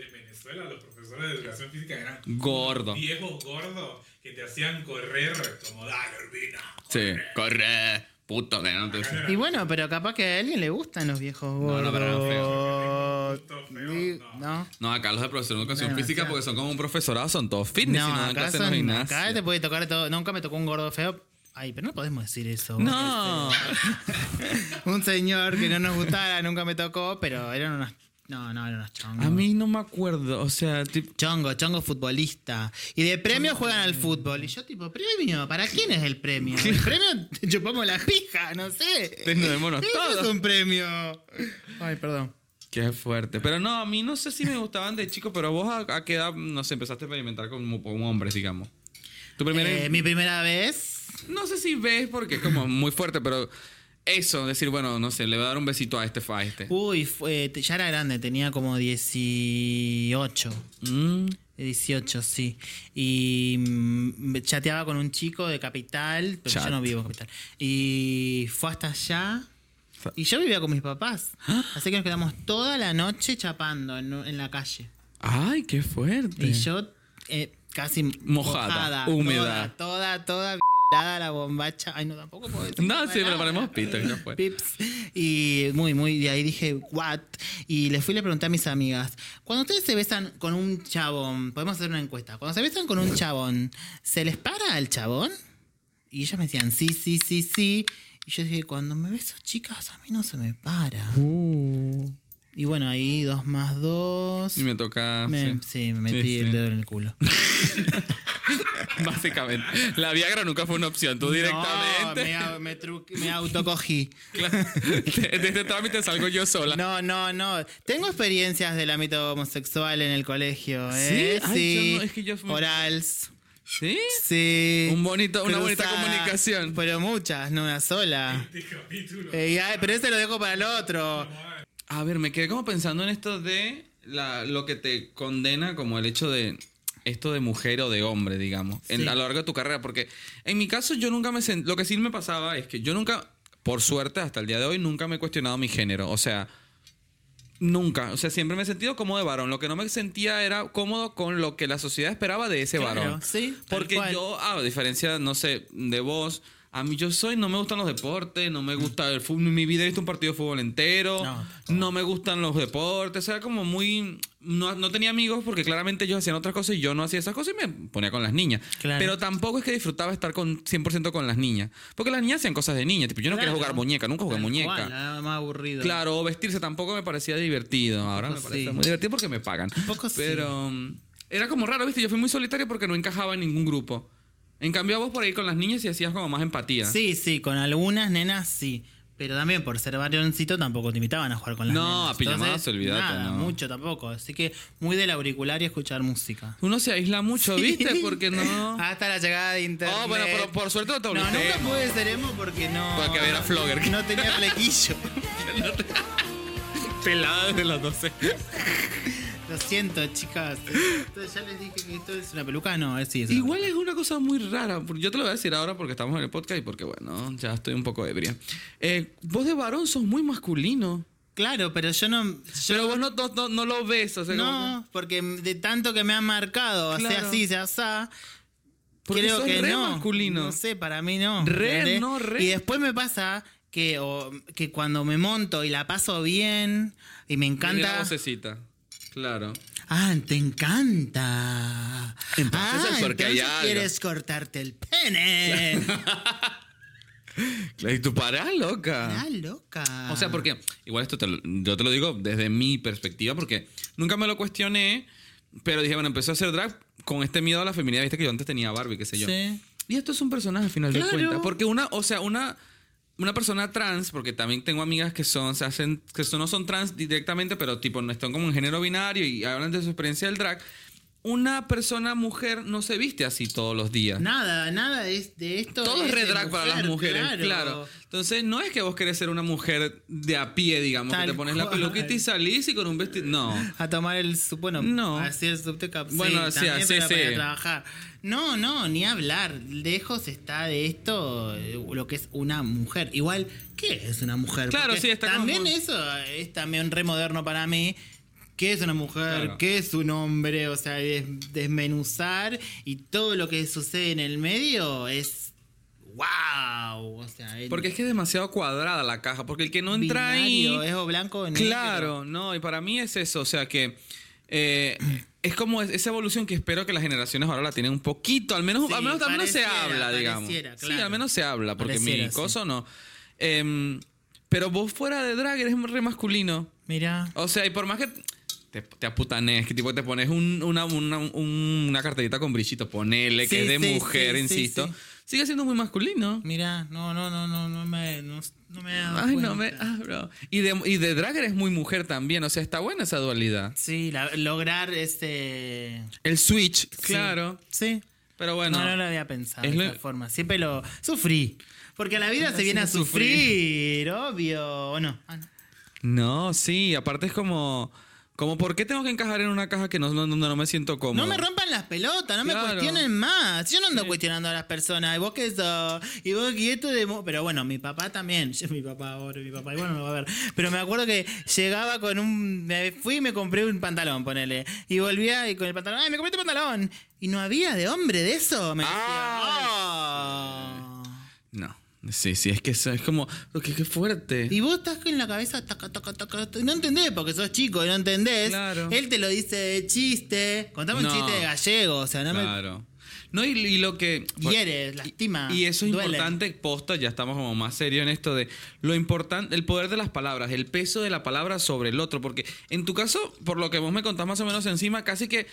Speaker 4: En Venezuela los profesores de educación física eran
Speaker 3: Gordo.
Speaker 4: viejos gordos que te hacían correr como dale, Urbina.
Speaker 3: Sí. Corre, puto, que no te.
Speaker 2: y bueno, pero capaz que a alguien le gustan los viejos
Speaker 3: No,
Speaker 2: gordos.
Speaker 3: no, pero eran
Speaker 4: feos.
Speaker 2: Di- No.
Speaker 3: No, acá los de profesor de educación
Speaker 2: Demasiado.
Speaker 3: física, porque son como un profesorado, son todos fitness y
Speaker 2: No,
Speaker 3: no dan
Speaker 2: acá,
Speaker 3: clases en
Speaker 2: son-
Speaker 3: los gimnasios.
Speaker 2: acá te puede tocar todo. Nunca me tocó un gordo feo. Ay, pero no podemos decir eso.
Speaker 3: No.
Speaker 2: este Un señor que no nos gustara, nunca me tocó, pero eran unos. No, no, eran unos chongos.
Speaker 3: A mí no me acuerdo, o sea, tipo.
Speaker 2: Chongo, chongo futbolista. Y de premio juegan al fútbol. Y yo, tipo, ¿premio? ¿Para quién es el premio? El premio te chupamos la pija, no sé.
Speaker 3: Desnudémonos
Speaker 2: Eso
Speaker 3: todos.
Speaker 2: es un premio. Eh, Ay, perdón.
Speaker 3: Qué fuerte. Pero no, a mí no sé si me gustaban de chico, pero vos a, a qué edad, no sé, empezaste a experimentar como, como un hombre, digamos. Tu primera.
Speaker 2: Eh, mi primera vez.
Speaker 3: No sé si ves, porque es como muy fuerte, pero eso, decir, bueno, no sé, le voy a dar un besito a este, fa- a este.
Speaker 2: Uy, fue, ya era grande, tenía como 18.
Speaker 3: Mm.
Speaker 2: 18, sí. Y mm, me chateaba con un chico de Capital, pero
Speaker 3: Chat.
Speaker 2: yo no vivo en Capital. Y fue hasta allá. Y yo vivía con mis papás. Así que nos quedamos toda la noche chapando en, en la calle.
Speaker 3: Ay, qué fuerte.
Speaker 2: Y yo eh, casi
Speaker 3: Mojada, húmeda.
Speaker 2: Toda, toda, toda violada la bombacha. Ay, no, tampoco puedo decir
Speaker 3: No, sí, pero
Speaker 2: palabra.
Speaker 3: paremos pito, ya fue.
Speaker 2: Pips. Y muy, muy, de ahí dije, what? Y le fui y le pregunté a mis amigas, cuando ustedes se besan con un chabón, podemos hacer una encuesta, cuando se besan con un chabón, ¿se les para al chabón? Y ellas me decían, sí, sí, sí, sí. Y yo dije, cuando me beso, chicas, a mí no se me para. Y bueno, ahí dos más dos.
Speaker 3: Y me toca.
Speaker 2: Me-
Speaker 3: sí.
Speaker 2: sí. me metí
Speaker 3: Sí,
Speaker 2: el
Speaker 3: sí.
Speaker 2: dedo en el culo.
Speaker 3: Básicamente. La Viagra nunca fue una opción. Tú
Speaker 2: No,
Speaker 3: directamente.
Speaker 2: me, au- me, truqu- me autocogí.
Speaker 3: Claro. De, de este trámite salgo yo sola.
Speaker 2: No, no, no. Tengo experiencias del ámbito homosexual en el colegio, ¿eh?
Speaker 3: ¿Sí? Ay, yo no, es que yo fui-
Speaker 2: Orals.
Speaker 3: ¿Sí?
Speaker 2: Sí.
Speaker 3: Un bonito- una bonita
Speaker 2: Cruzadas,
Speaker 3: comunicación.
Speaker 2: Pero muchas, no una sola.
Speaker 4: Este capítulo.
Speaker 2: Eh, ay, pero ese lo dejo para el otro.
Speaker 3: A ver, me quedé como pensando en esto de la- lo que te condena como el hecho de esto de mujer o de hombre, digamos, en-
Speaker 2: Sí.
Speaker 3: a lo largo de tu carrera. Porque en mi caso yo nunca me sent- Lo que sí me pasaba es que yo nunca, por suerte, hasta el día de hoy, nunca me he cuestionado mi género. O sea, nunca. O sea, siempre me he sentido como de varón. Lo que no me sentía era cómodo con lo que la sociedad esperaba de ese
Speaker 2: Claro,
Speaker 3: varón.
Speaker 2: sí, tal
Speaker 3: Porque
Speaker 2: cual.
Speaker 3: yo, a diferencia, no sé, de vos... A mí yo soy, no me gustan los deportes, no me gusta el fútbol, en mi vida he visto un partido de fútbol entero,
Speaker 2: Mm. No,
Speaker 3: no me gustan los deportes, era como muy... No, no tenía amigos porque claramente ellos hacían otras cosas y yo no hacía esas cosas y me ponía con las niñas.
Speaker 2: Claro.
Speaker 3: Pero tampoco es que disfrutaba estar con 100% con las niñas. Porque las niñas hacían cosas de niña. Tipo, yo no
Speaker 2: Claro.
Speaker 3: quería jugar muñeca, nunca jugué
Speaker 2: Tal
Speaker 3: muñeca.
Speaker 2: cual, nada más aburrido.
Speaker 3: Claro, o vestirse tampoco me parecía divertido. Ahora me
Speaker 2: poco
Speaker 3: parece
Speaker 2: sí.
Speaker 3: muy divertido porque me pagan.
Speaker 2: poco sí.
Speaker 3: Pero um, era como raro, ¿viste? Yo fui muy solitario porque no encajaba en ningún grupo. En cambio, vos por ahí con las niñas y hacías como más empatía.
Speaker 2: Sí, sí, con algunas nenas sí. Pero también por ser varioncito tampoco te invitaban a jugar con las
Speaker 3: No,
Speaker 2: nenas.
Speaker 3: a pijamadas,
Speaker 2: Entonces,
Speaker 3: olvídate,
Speaker 2: Nada,
Speaker 3: no.
Speaker 2: mucho tampoco. Así que muy del auricular y escuchar música.
Speaker 3: Uno se aísla mucho, ¿viste? Porque no.
Speaker 2: Hasta la llegada de Ah, internet.
Speaker 3: Oh, bueno, pero por suerte no te
Speaker 2: No,
Speaker 3: obliteré.
Speaker 2: nunca pude ser emo porque no.
Speaker 3: Porque era flogger.
Speaker 2: No tenía flequillo.
Speaker 3: Pelada desde las 12.
Speaker 2: Lo siento, chicas. Entonces ya les dije que esto es una peluca. No, es sí. Es una
Speaker 3: Igual es una cosa muy rara. por- Yo te lo voy a decir ahora porque estamos en el podcast y porque, bueno, ya estoy un poco ebria. Eh, vos de varón sos muy masculino.
Speaker 2: peluca. Claro, pero yo no. yo-
Speaker 3: Pero vos no, no- no- no lo ves. O sea, como
Speaker 2: no, porque de tanto que me han marcado,
Speaker 3: Claro.
Speaker 2: sea así, sea asá.
Speaker 3: que- porque
Speaker 2: creo
Speaker 3: sos
Speaker 2: que
Speaker 3: re
Speaker 2: no.
Speaker 3: masculino.
Speaker 2: No sé, para mí no.
Speaker 3: Re,
Speaker 2: ¿entendés?
Speaker 3: no, re.
Speaker 2: Y después me pasa que, o- que cuando me monto y la paso bien y me
Speaker 3: Tiene la
Speaker 2: encanta.
Speaker 3: vocecita. Claro.
Speaker 2: Ah, te encanta.
Speaker 3: Entonces
Speaker 2: ah,
Speaker 3: es porque hay
Speaker 2: entonces
Speaker 3: algo.
Speaker 2: quieres cortarte el pene.
Speaker 3: Y tú parás, loca.
Speaker 2: Ah, loca.
Speaker 3: O sea, porque igual esto te lo- yo te lo digo desde mi perspectiva porque nunca me lo cuestioné, pero dije, bueno, empecé a hacer drag con este miedo a la feminidad, viste que yo antes tenía Barbie, qué sé yo.
Speaker 2: Sí.
Speaker 3: Y esto es un personaje al final de
Speaker 2: Claro.
Speaker 3: cuentas, porque una, o sea, una una persona trans, porque también tengo amigas que son se hacen que son- no son trans directamente, pero tipo no están como en género binario y hablan de su experiencia del drag. Una persona mujer no se viste así todos los días.
Speaker 2: Nada, nada es de esto.
Speaker 3: Todo es
Speaker 2: de
Speaker 3: redrag para las
Speaker 2: mujer,
Speaker 3: mujeres, claro. Entonces, no es que vos querés ser una mujer de a pie, digamos,
Speaker 2: Tal
Speaker 3: que te pones la
Speaker 2: cual.
Speaker 3: peluquita y salís y con un vestido. No.
Speaker 2: A tomar el, su- bueno,
Speaker 3: No.
Speaker 2: así el subte cap-
Speaker 3: Bueno, sí,
Speaker 2: también,
Speaker 3: así,
Speaker 2: pero para
Speaker 3: sí.
Speaker 2: trabajar. No, no, ni hablar. Lejos está de esto eh, lo que es una mujer. Igual, ¿qué es una mujer?
Speaker 3: Claro, sí, está como
Speaker 2: También
Speaker 3: muy-
Speaker 2: eso es también re moderno para mí. ¿Qué es una mujer?
Speaker 3: Claro.
Speaker 2: ¿Qué es un hombre? O sea, des- desmenuzar y todo lo que sucede en el medio es wow. O sea, el
Speaker 3: Porque es que es demasiado cuadrada la caja. Porque el que no entra
Speaker 2: binario,
Speaker 3: ahí.
Speaker 2: es o blanco o negro.
Speaker 3: Claro, no. Y para mí es eso. O sea que. eh, es como es- esa evolución que espero que las generaciones ahora la tienen un poquito. Al menos,
Speaker 2: Sí,
Speaker 3: al menos, al menos se
Speaker 2: pareciera,
Speaker 3: habla, digamos.
Speaker 2: pareciera,
Speaker 3: Sí,
Speaker 2: claro.
Speaker 3: al menos se habla. Porque mi
Speaker 2: Pareciera, sí.
Speaker 3: coso no. Em, pero vos fuera de drag eres re masculino.
Speaker 2: Mira.
Speaker 3: O sea, y por más que te, te aputanes, que tipo te pones un- una, una, un- una carterita con brillito, ponele, que
Speaker 2: Sí,
Speaker 3: es de
Speaker 2: sí, sí,
Speaker 3: mujer,
Speaker 2: sí,
Speaker 3: insisto,
Speaker 2: sí.
Speaker 3: sigue siendo muy masculino.
Speaker 2: Mira, no, no, no, no, no me, no, no me he dado
Speaker 3: Ay, no me.
Speaker 2: cuenta.
Speaker 3: ah, bro. Y de, y de drag eres muy mujer también, o sea, está buena esa dualidad.
Speaker 2: Sí, la- lograr este.
Speaker 3: El switch, claro.
Speaker 2: Sí.
Speaker 3: Pero bueno.
Speaker 2: no, no lo había pensado
Speaker 3: es
Speaker 2: de
Speaker 3: lo-
Speaker 2: esa forma. Siempre lo sufrí. Porque la vida se viene a
Speaker 3: haciendo
Speaker 2: sufrir, obvio. ¿O no? Ah, no.
Speaker 3: No, sí, aparte es como. Como, ¿por qué tengo que encajar en una caja que no, no, no- no me siento cómodo?
Speaker 2: No me rompan las pelotas, no
Speaker 3: Claro.
Speaker 2: me cuestionen más. Yo no ando cuestionando a las personas. Y vos que eso, y vos que esto de. mo- Pero bueno, mi papá también. Yo, mi papá ahora, mi papá igual no lo va a ver. Pero me acuerdo que llegaba con un. me fui y me compré un pantalón, ponele. Y volvía y con el pantalón. ¡Ay, me compré este pantalón! Y no había de hombre de eso. Me decía. "Ah".
Speaker 3: No. Sí, sí, es que eso es como. Qué, qué fuerte.
Speaker 2: Y vos estás con la cabeza taca, taca, taca, taca. No entendés porque sos chico y no entendés.
Speaker 3: Claro.
Speaker 2: Él te lo dice de chiste. Contame
Speaker 3: No.
Speaker 2: un chiste de gallego. O sea, no me
Speaker 3: Claro. No, y, y lo que.
Speaker 2: Hieres, lastima,
Speaker 3: Y, y eso es
Speaker 2: duele.
Speaker 3: importante, posta, ya estamos como más serios en esto de lo importante, el poder de las palabras, el peso de la palabra sobre el otro. Porque en tu caso, por lo que vos me contás más o menos encima, casi que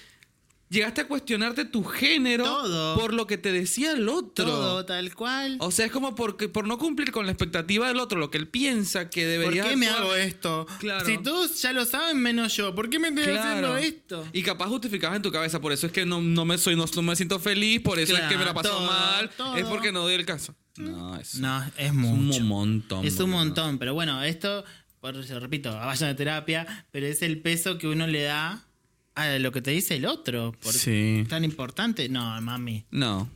Speaker 3: llegaste a cuestionarte tu género
Speaker 2: Todo.
Speaker 3: por lo que te decía el otro.
Speaker 2: Todo tal cual.
Speaker 3: O sea, es como porque, por no cumplir con la expectativa del otro, lo que él piensa que
Speaker 2: ¿Por
Speaker 3: debería.
Speaker 2: qué me
Speaker 3: actuar.
Speaker 2: hago esto?
Speaker 3: Claro.
Speaker 2: Si todos ya lo saben, menos yo. ¿Por qué me estoy haciendo
Speaker 3: Claro.
Speaker 2: esto?
Speaker 3: Y capaz justificabas en tu cabeza, por eso es que no, no me soy, no, no me siento feliz, por eso es que me la
Speaker 2: Claro,
Speaker 3: paso
Speaker 2: todo,
Speaker 3: mal,
Speaker 2: todo.
Speaker 3: es porque no doy el caso. No, eso.
Speaker 2: No, es
Speaker 3: Es
Speaker 2: mucho.
Speaker 3: un montón.
Speaker 2: Es un
Speaker 3: boludo.
Speaker 2: montón, pero bueno, esto, por eso repito, vayan a terapia, pero es el peso que uno le da a lo que te dice el otro. Porque
Speaker 3: Sí.
Speaker 2: es Tan importante. No, mami.
Speaker 3: No.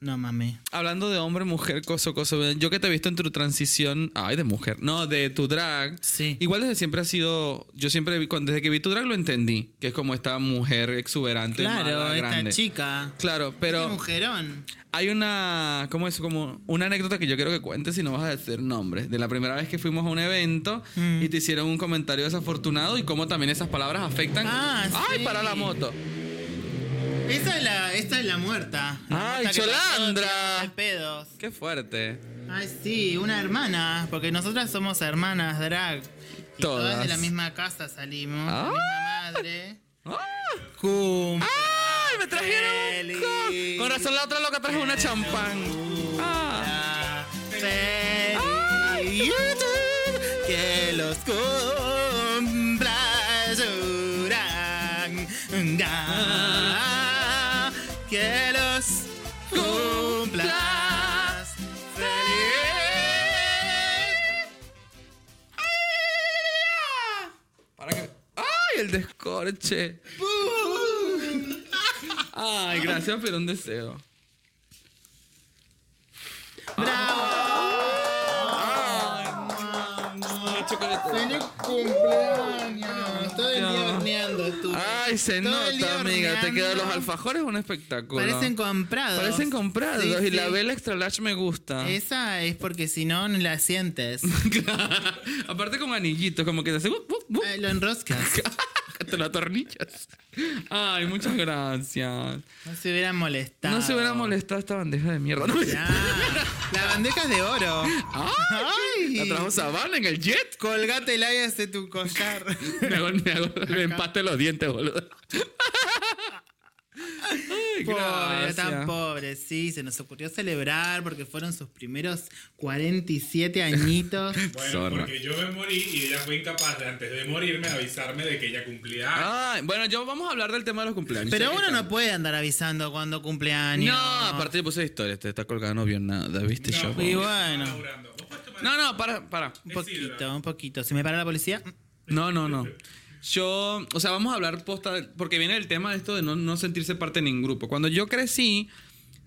Speaker 2: No, mami.
Speaker 3: Hablando de hombre, mujer, coso, coso. Yo que te he visto en tu transición. Ay, de mujer. No, de tu drag.
Speaker 2: Sí.
Speaker 3: Igual desde siempre ha sido. Yo siempre, vi- cuando- desde que vi tu drag lo entendí. Que es como esta mujer exuberante.
Speaker 2: Claro,
Speaker 3: mala,
Speaker 2: esta
Speaker 3: grande.
Speaker 2: chica.
Speaker 3: Claro,
Speaker 2: Qué
Speaker 3: pero
Speaker 2: mujerón.
Speaker 3: hay una. ¿Cómo es? Como una anécdota que yo quiero que cuentes si no vas a decir nombres. De la primera vez que fuimos a un evento
Speaker 2: Mm.
Speaker 3: y te hicieron un comentario desafortunado y cómo también esas palabras afectan.
Speaker 2: Ah,
Speaker 3: ¡Ay,
Speaker 2: sí.
Speaker 3: para la moto!
Speaker 2: Esa es la, esta es la muerta. La
Speaker 3: Ay,
Speaker 2: muerta que pasó,
Speaker 3: Yolandra.
Speaker 2: tirada de pedos.
Speaker 3: ¡Qué fuerte!
Speaker 2: Ay, sí, una hermana, porque nosotras somos hermanas drag. Y todas.
Speaker 3: Todas.
Speaker 2: de la misma casa salimos,
Speaker 3: Ah.
Speaker 2: la misma madre.
Speaker 3: ¡Ah!
Speaker 2: Cum.
Speaker 3: ¡Ay! Me trajeron un
Speaker 2: Feliz.
Speaker 3: co- Con razón la otra loca trajo una champán. Ah.
Speaker 2: Feliz.
Speaker 3: Ay.
Speaker 2: Que los cumplas Durán. Ga. Que los cumplas feliz.
Speaker 3: Para que. ¡Ay! ¡Ay, el descorche! ¡Ay, gracias, pero un deseo! ¡Ay, chocolate!
Speaker 2: ¡Feliz cumpleaños! Todo el día horneando, estúpido.
Speaker 3: ¡Ay, se
Speaker 2: Todo el día
Speaker 3: nota, amiga! Te
Speaker 2: horneando.
Speaker 3: quedan los alfajores un espectáculo.
Speaker 2: Parecen comprados.
Speaker 3: Parecen comprados.
Speaker 2: Sí,
Speaker 3: Y la
Speaker 2: sí.
Speaker 3: vela extra large me gusta.
Speaker 2: Esa es porque si no, no la sientes.
Speaker 3: Aparte con anillitos, como que te hace... wup, wup, wup.
Speaker 2: Eh, Lo enroscas.
Speaker 3: Te lo atornillas. Ay, muchas gracias.
Speaker 2: No se hubieran molestado.
Speaker 3: No se hubiera molestado esta bandeja de mierda. No.
Speaker 2: Ya. La bandeja es de oro.
Speaker 3: ¡Ay! La trajo Sabana en el jet.
Speaker 2: Colgate el aire de tu collar.
Speaker 3: Me, hago, me, hago, me empaste los dientes, boludo. Ay,
Speaker 2: Pobre,
Speaker 3: gracias.
Speaker 2: tan pobre, sí, se nos ocurrió celebrar porque fueron sus primeros 47 añitos.
Speaker 4: Bueno,
Speaker 3: Zorra.
Speaker 4: porque yo me morí y ella fue incapaz de antes de morirme avisarme de que ella cumplía. años.
Speaker 3: Ay, bueno, yo vamos a hablar del tema de los cumpleaños.
Speaker 2: Pero
Speaker 3: Sí,
Speaker 2: uno
Speaker 3: que
Speaker 2: no puede andar avisando cuando cumple años.
Speaker 3: No, aparte yo puse historias, te está colgada, no vio nada, ¿viste?
Speaker 4: No,
Speaker 3: yo.
Speaker 4: porque
Speaker 2: y
Speaker 4: estaba
Speaker 2: bueno.
Speaker 4: laburando. ¿Vos podés tomar-
Speaker 3: No, no, para, para.
Speaker 2: Un
Speaker 4: es
Speaker 2: poquito,
Speaker 4: sidra.
Speaker 2: un poquito. Si me para la policía, mm,
Speaker 3: No, no, no. Yo, o sea, vamos a hablar posta, porque viene el tema de esto de no, no sentirse parte de ningún grupo. Cuando yo crecí,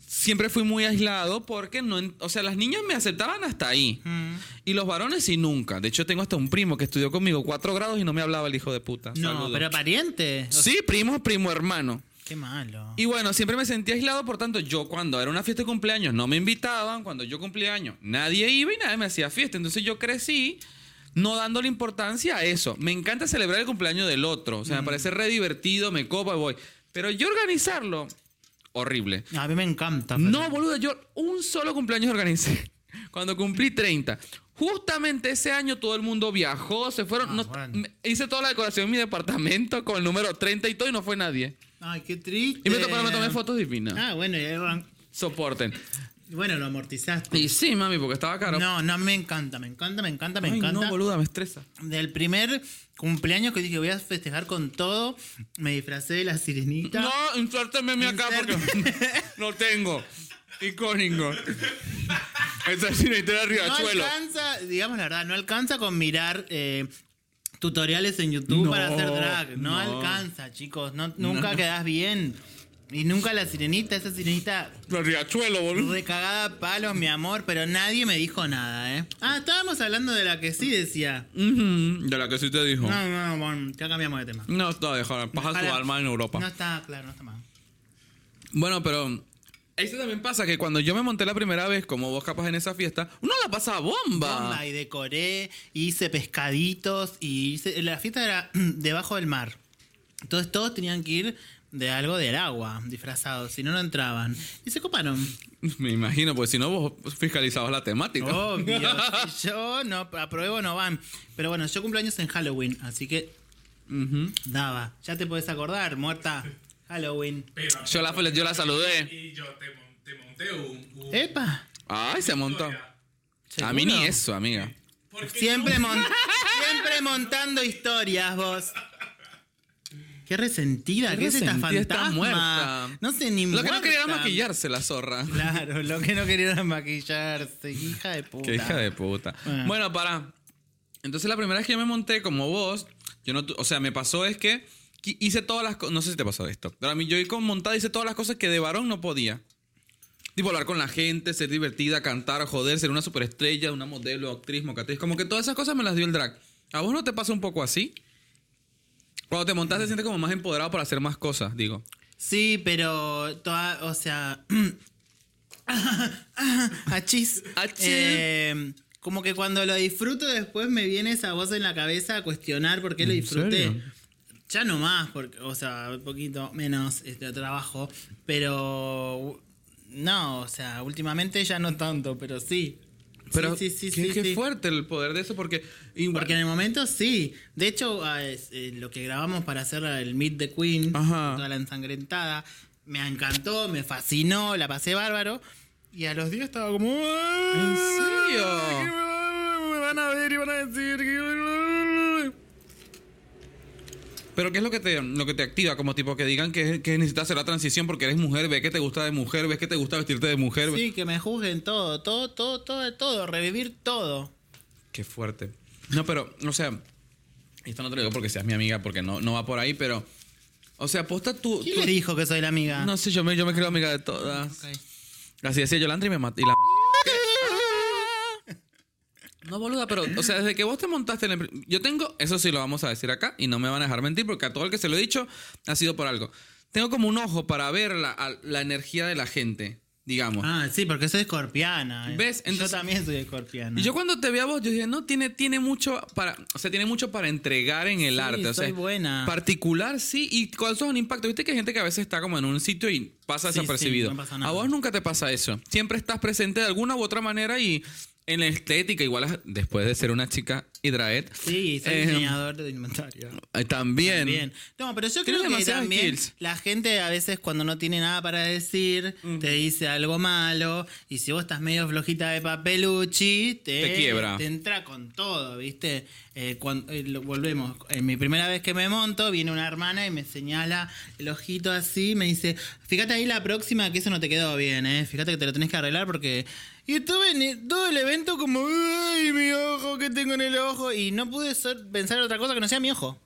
Speaker 3: siempre fui muy aislado porque no, en- o sea, las niñas me aceptaban hasta ahí.
Speaker 2: mm.
Speaker 3: Y los varones sí nunca. De hecho, tengo hasta un primo que estudió conmigo cuatro grados y no me hablaba el hijo de puta.
Speaker 2: no,
Speaker 3: Saludos.
Speaker 2: pero pariente. O sea,
Speaker 3: Sí, primo, primo, hermano.
Speaker 2: Qué malo.
Speaker 3: Y bueno, siempre me sentía aislado, por tanto, yo cuando era una fiesta de cumpleaños no me invitaban, cuando yo cumplía años nadie iba y nadie me hacía fiesta. Entonces yo crecí no dándole importancia a eso. Me encanta celebrar el cumpleaños del otro, o
Speaker 2: Mm.
Speaker 3: sea, me parece re divertido, me copa y voy. Pero yo organizarlo, horrible.
Speaker 2: A mí me encanta.
Speaker 3: No, boludo, yo un solo cumpleaños organicé. Cuando cumplí 30. Justamente ese año todo el mundo viajó, se fueron.
Speaker 2: Ah,
Speaker 3: no-
Speaker 2: bueno.
Speaker 3: me- hice toda la decoración en mi departamento con el número 30 y todo y no fue nadie.
Speaker 2: Ay, qué triste.
Speaker 3: Y me, to- pero me tomé fotos divinas.
Speaker 2: Ah, bueno, y ahí van-
Speaker 3: Soporten.
Speaker 2: bueno, lo amortizaste.
Speaker 3: Y sí, mami, porque estaba caro.
Speaker 2: No, no, me encanta, me encanta, me encanta, me
Speaker 3: Ay,
Speaker 2: encanta.
Speaker 3: no, boluda, me estresa.
Speaker 2: Del primer cumpleaños que dije voy a festejar con todo, me disfracé de la sirenita.
Speaker 3: No, insérteme mi acá porque no tengo. Icónico. Esa es de
Speaker 2: No
Speaker 3: Riachuelo.
Speaker 2: alcanza, digamos la verdad, no alcanza con mirar eh, tutoriales en YouTube
Speaker 3: No,
Speaker 2: para hacer drag. No,
Speaker 3: no.
Speaker 2: alcanza, chicos. No, nunca quedás bien. Y nunca la sirenita, esa sirenita
Speaker 3: Los Riachuelo, boludo.
Speaker 2: recagada a palos, mi amor, pero nadie me dijo nada, ¿eh? Ah, estábamos hablando de la que sí decía.
Speaker 3: Ujú, De la que sí te dijo.
Speaker 2: No, no, no, bueno, ya cambiamos de tema.
Speaker 3: No está, dejar Paja su
Speaker 2: Ojalá-
Speaker 3: alma en Europa.
Speaker 2: No está, claro, no está mal.
Speaker 3: Bueno, pero. Eso también pasa que cuando yo me monté la primera vez, como vos capaz en esa fiesta, uno la pasa bomba.
Speaker 2: Bomba, Y decoré, hice pescaditos y hice- la fiesta era debajo del mar. Entonces todos tenían que ir de algo del agua, disfrazados, si no, no entraban. Y se coparon.
Speaker 3: Me imagino, porque si no vos fiscalizabas la temática.
Speaker 2: Obvio. si yo no apruebo, no van. Pero bueno, yo cumplo años en Halloween, así que
Speaker 3: Ujú.
Speaker 2: daba. Ya te podés acordar, muerta. Halloween.
Speaker 4: Pero-
Speaker 3: Yo la, yo la saludé.
Speaker 4: Y yo te, mon- te monté un. un-
Speaker 2: ¡Epa!
Speaker 3: Ay, se montó.
Speaker 4: historia.
Speaker 3: A mí
Speaker 2: ¿Seguro?
Speaker 3: ni eso, amiga.
Speaker 4: Porque
Speaker 2: Siempre,
Speaker 4: tú-
Speaker 2: mon- siempre montando historias, vos. Qué resentida,
Speaker 3: Qué
Speaker 2: qué, es esta
Speaker 3: resentida,
Speaker 2: fantasma.
Speaker 3: está muerta.
Speaker 2: No sé ni
Speaker 3: Lo que no
Speaker 2: muerta.
Speaker 3: quería era maquillarse la zorra.
Speaker 2: Claro, lo que no quería era maquillarse. Hija de puta. Ah.
Speaker 3: Qué hija de puta.
Speaker 2: Bueno.
Speaker 3: Bueno, para. Entonces la primera vez que yo me monté como vos, yo no, tu- o sea, me pasó es que qui- hice todas las cosas, no sé si te pasó esto, pero a mí yo iba con montada hice todas las cosas que de varón no podía. Tipo hablar con la gente, ser divertida, cantar, joder, ser una superestrella, una modelo, actriz, mocatriz, como que todas esas cosas me las dio el drag. ¿A vos no te pasa un poco así? Cuando te montas te sientes como más empoderado para hacer más cosas, digo.
Speaker 2: Sí, pero toda, o sea, achis.
Speaker 3: Achis.
Speaker 2: Eh, como que cuando lo disfruto después me viene esa voz en la cabeza a cuestionar por qué lo
Speaker 3: ¿En
Speaker 2: disfruté.
Speaker 3: serio?
Speaker 2: Ya no más, porque, o sea, un poquito menos este trabajo, pero no, o sea, últimamente ya no tanto, pero sí.
Speaker 3: Pero
Speaker 2: sí, sí, sí,
Speaker 3: qué,
Speaker 2: sí,
Speaker 3: qué
Speaker 2: sí.
Speaker 3: fuerte el poder de eso porque igual-
Speaker 2: Porque en el momento sí. De hecho, ah, es, eh, lo que grabamos para hacer el Meet the Queen,
Speaker 3: Ajá.
Speaker 2: toda la ensangrentada, me encantó, me fascinó, la pasé bárbaro. Y a los días estaba como. "Ah, ¿En
Speaker 3: ¿En serio?
Speaker 2: Me van a ver y van a decir. que-".
Speaker 3: Pero ¿qué es lo que te, lo que te activa? Como tipo que digan que, que necesitas hacer la transición porque eres mujer, ves que te gusta de mujer, ves que te gusta vestirte de mujer.
Speaker 2: Sí, que me juzguen todo, todo, todo, todo, todo, revivir todo.
Speaker 3: Qué fuerte. No, pero, o sea, Y esto no te lo digo porque seas mi amiga, porque no, no va por ahí, pero. O sea, aposta tú.
Speaker 2: ¿Quién
Speaker 3: tú-
Speaker 2: le dijo que soy la amiga?
Speaker 3: No sé, yo me, yo me creo amiga de todas.
Speaker 2: Ok.
Speaker 3: Así decía Yolanda y me mató. Y la mató. No, boluda, pero, o sea, desde que vos te montaste en el... pr- Yo tengo, eso sí lo vamos a decir acá, y no me van a dejar mentir, porque a todo el que se lo he dicho ha sido por algo. Tengo como un ojo para ver la, a- la energía de la gente, digamos.
Speaker 2: Ah, sí, porque soy escorpiana. eh.
Speaker 3: ¿Ves? Entonces-
Speaker 2: yo también soy escorpiana.
Speaker 3: Y yo cuando te vi a vos, yo dije, no, tiene, tiene mucho para, o sea, tiene mucho para entregar en el
Speaker 2: Sí,
Speaker 3: arte. O sea,
Speaker 2: soy buena.
Speaker 3: Particular, sí, y causas un impacto. Viste que hay gente que a veces está como en un sitio y pasa
Speaker 2: Sí, sí,
Speaker 3: desapercibido.
Speaker 2: no pasa nada.
Speaker 3: A vos nunca te pasa eso. Siempre estás presente de alguna u otra manera y en la estética, igual a- después de ser una chica hidraet.
Speaker 2: Sí, soy
Speaker 3: eh,
Speaker 2: diseñador de inventario.
Speaker 3: eh, También.
Speaker 2: Bien. No, pero yo creo
Speaker 3: Tienes
Speaker 2: que
Speaker 3: demasiadas
Speaker 2: también
Speaker 3: skills.
Speaker 2: la gente a veces cuando no tiene nada para decir, te dice algo malo. Y si vos estás medio flojita de papeluchi, te,
Speaker 3: Te quiebra.
Speaker 2: Te entra con todo, ¿viste? Eh, cuando, volvemos. En mi primera vez que me monto, viene una hermana y me señala el ojito así, me dice, fíjate ahí la próxima que eso no te quedó bien, ¿eh? Fíjate que te lo tenés que arreglar porque... Y estuve en el- todo el evento como, ¡ay, mi ojo que tengo en el ojo! Y no pude ser- pensar otra cosa que no sea mi ojo.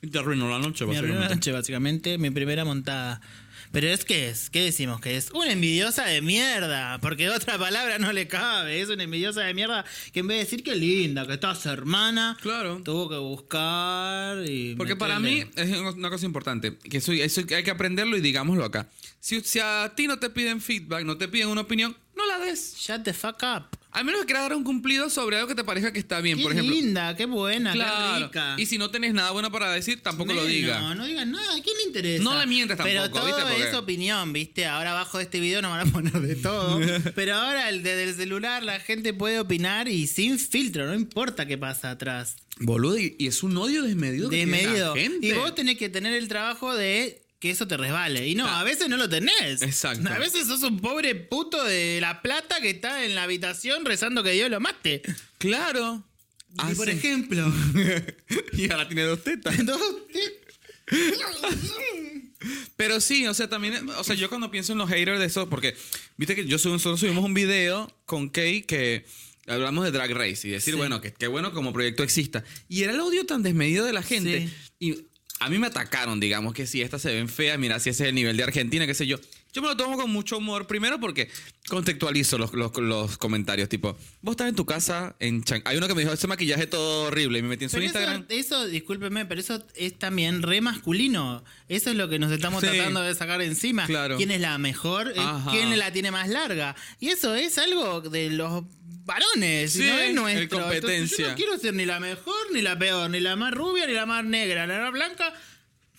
Speaker 3: Y te arruinó la noche,
Speaker 2: Mi primera
Speaker 3: básicamente.
Speaker 2: noche, básicamente, mi primera montada. Pero es que es, ¿qué decimos? Que es una envidiosa de mierda, porque otra palabra no le cabe. Es una envidiosa de mierda que en vez de decir que linda, que estás hermana,
Speaker 3: Claro.
Speaker 2: tuvo que buscar y.
Speaker 3: Porque para mí
Speaker 2: meterle.
Speaker 3: es una- una cosa importante, que eso, eso hay que aprenderlo y digámoslo acá. Si, si a ti no te piden feedback, no te piden una opinión, no la des.
Speaker 2: Shut the fuck up.
Speaker 3: Al menos que quieras dar un cumplido sobre algo que te parezca que está bien,
Speaker 2: Qué
Speaker 3: por ejemplo.
Speaker 2: linda, qué buena, qué
Speaker 3: Claro.
Speaker 2: rica.
Speaker 3: Y si no tenés nada bueno para decir, tampoco lo
Speaker 2: Menos,
Speaker 3: digas.
Speaker 2: No digas nada, ¿a quién le interesa?
Speaker 3: No le mientas
Speaker 2: Pero
Speaker 3: tampoco,
Speaker 2: todo
Speaker 3: ¿viste? Porque-
Speaker 2: es opinión, ¿viste? Ahora abajo de este video nos van a poner de todo. pero ahora el- desde el celular la gente puede opinar y sin filtro, no importa qué pasa atrás.
Speaker 3: Boludo, y y es un odio desmedido. que tiene la
Speaker 2: Desmedido.
Speaker 3: gente.
Speaker 2: Y vos tenés que tener el trabajo de que eso te resbale. Y no, a veces no lo tenés.
Speaker 3: Exacto.
Speaker 2: A veces sos un pobre puto de la plata que está en la habitación rezando que Dios lo mate.
Speaker 3: Claro. Ah,
Speaker 2: y por
Speaker 3: sí.
Speaker 2: ejemplo,
Speaker 3: y ahora tiene dos tetas.
Speaker 2: dos-
Speaker 3: Pero sí, o sea, también, o sea, yo cuando pienso en los haters de esos, porque, viste que yo sub- nosotros subimos un video con Kay que hablamos de Drag Race y decir,
Speaker 2: Sí.
Speaker 3: bueno, que, que bueno como proyecto exista. Y era el odio tan desmedido de la gente.
Speaker 2: Sí.
Speaker 3: Y a mí me atacaron, digamos, que si estas se ven feas, mira, si ese es el nivel de Argentina, qué sé yo. Yo me lo tomo con mucho humor, primero porque contextualizo los, los- los comentarios, tipo, vos estás en tu casa, en Chan- Hay uno que me dijo, ese maquillaje todo horrible, y me metí en su
Speaker 2: Pero
Speaker 3: Instagram.
Speaker 2: Eso, eso, discúlpeme, pero eso es también re masculino. Eso es lo que nos estamos
Speaker 3: Sí.
Speaker 2: tratando de sacar encima.
Speaker 3: Claro.
Speaker 2: ¿Quién es la mejor? Eh,
Speaker 3: Ajá.
Speaker 2: ¿Quién la tiene más larga? Y eso es algo de los varones,
Speaker 3: Sí,
Speaker 2: no es nuestro.
Speaker 3: el competencia.
Speaker 2: Entonces, yo no quiero ser ni la mejor, ni la peor, ni la más rubia, ni la más negra, la más blanca.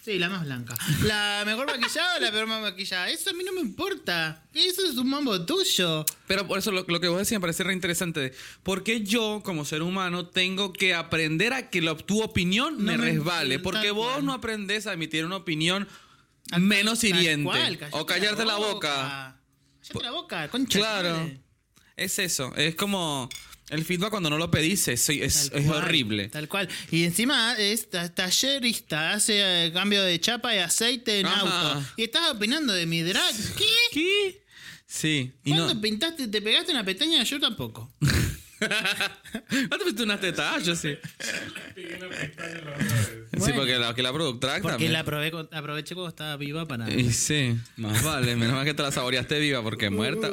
Speaker 2: Sí, la más blanca. La mejor maquillada, la peor más maquillada. Eso a mí no me importa. Eso es un mambo tuyo.
Speaker 3: Pero por eso lo, lo que vos decías me parece re interesante. de ¿Por qué yo, como ser humano, tengo que aprender a que lo- tu opinión
Speaker 2: No
Speaker 3: me
Speaker 2: me-
Speaker 3: resbale?
Speaker 2: tal
Speaker 3: Porque vos
Speaker 2: cual.
Speaker 3: no aprendes a emitir una opinión
Speaker 2: Tal-
Speaker 3: menos
Speaker 2: tal
Speaker 3: hiriente.
Speaker 2: cual,
Speaker 3: o callarte la boca.
Speaker 2: Callate la boca, concha.
Speaker 3: Claro.
Speaker 2: madre.
Speaker 3: Es eso. Es como el feedback cuando no lo pedís. Es, es-
Speaker 2: Tal
Speaker 3: es
Speaker 2: cual,
Speaker 3: horrible.
Speaker 2: Tal cual. Y encima es ta- tallerista, hace eh, cambio de chapa y aceite en
Speaker 3: Ajá.
Speaker 2: auto. Y estás opinando de mi drag. ¿Qué?
Speaker 3: ¿Qué? Sí. Y no,
Speaker 2: ¿Cuándo pintaste? ¿Te pegaste una pestaña? Yo tampoco.
Speaker 3: ¿No te pusiste unas tetas? Yo sí.
Speaker 4: Pegué la pestaña la otra vez.
Speaker 3: Sí,
Speaker 2: Bueno.
Speaker 3: porque la, que la productora
Speaker 2: Porque
Speaker 3: también. Eh.
Speaker 2: la aprobé con- aproveché cuando estaba viva para.
Speaker 3: Y sí, más vale. Menos mal que te la saboreaste viva porque muerta.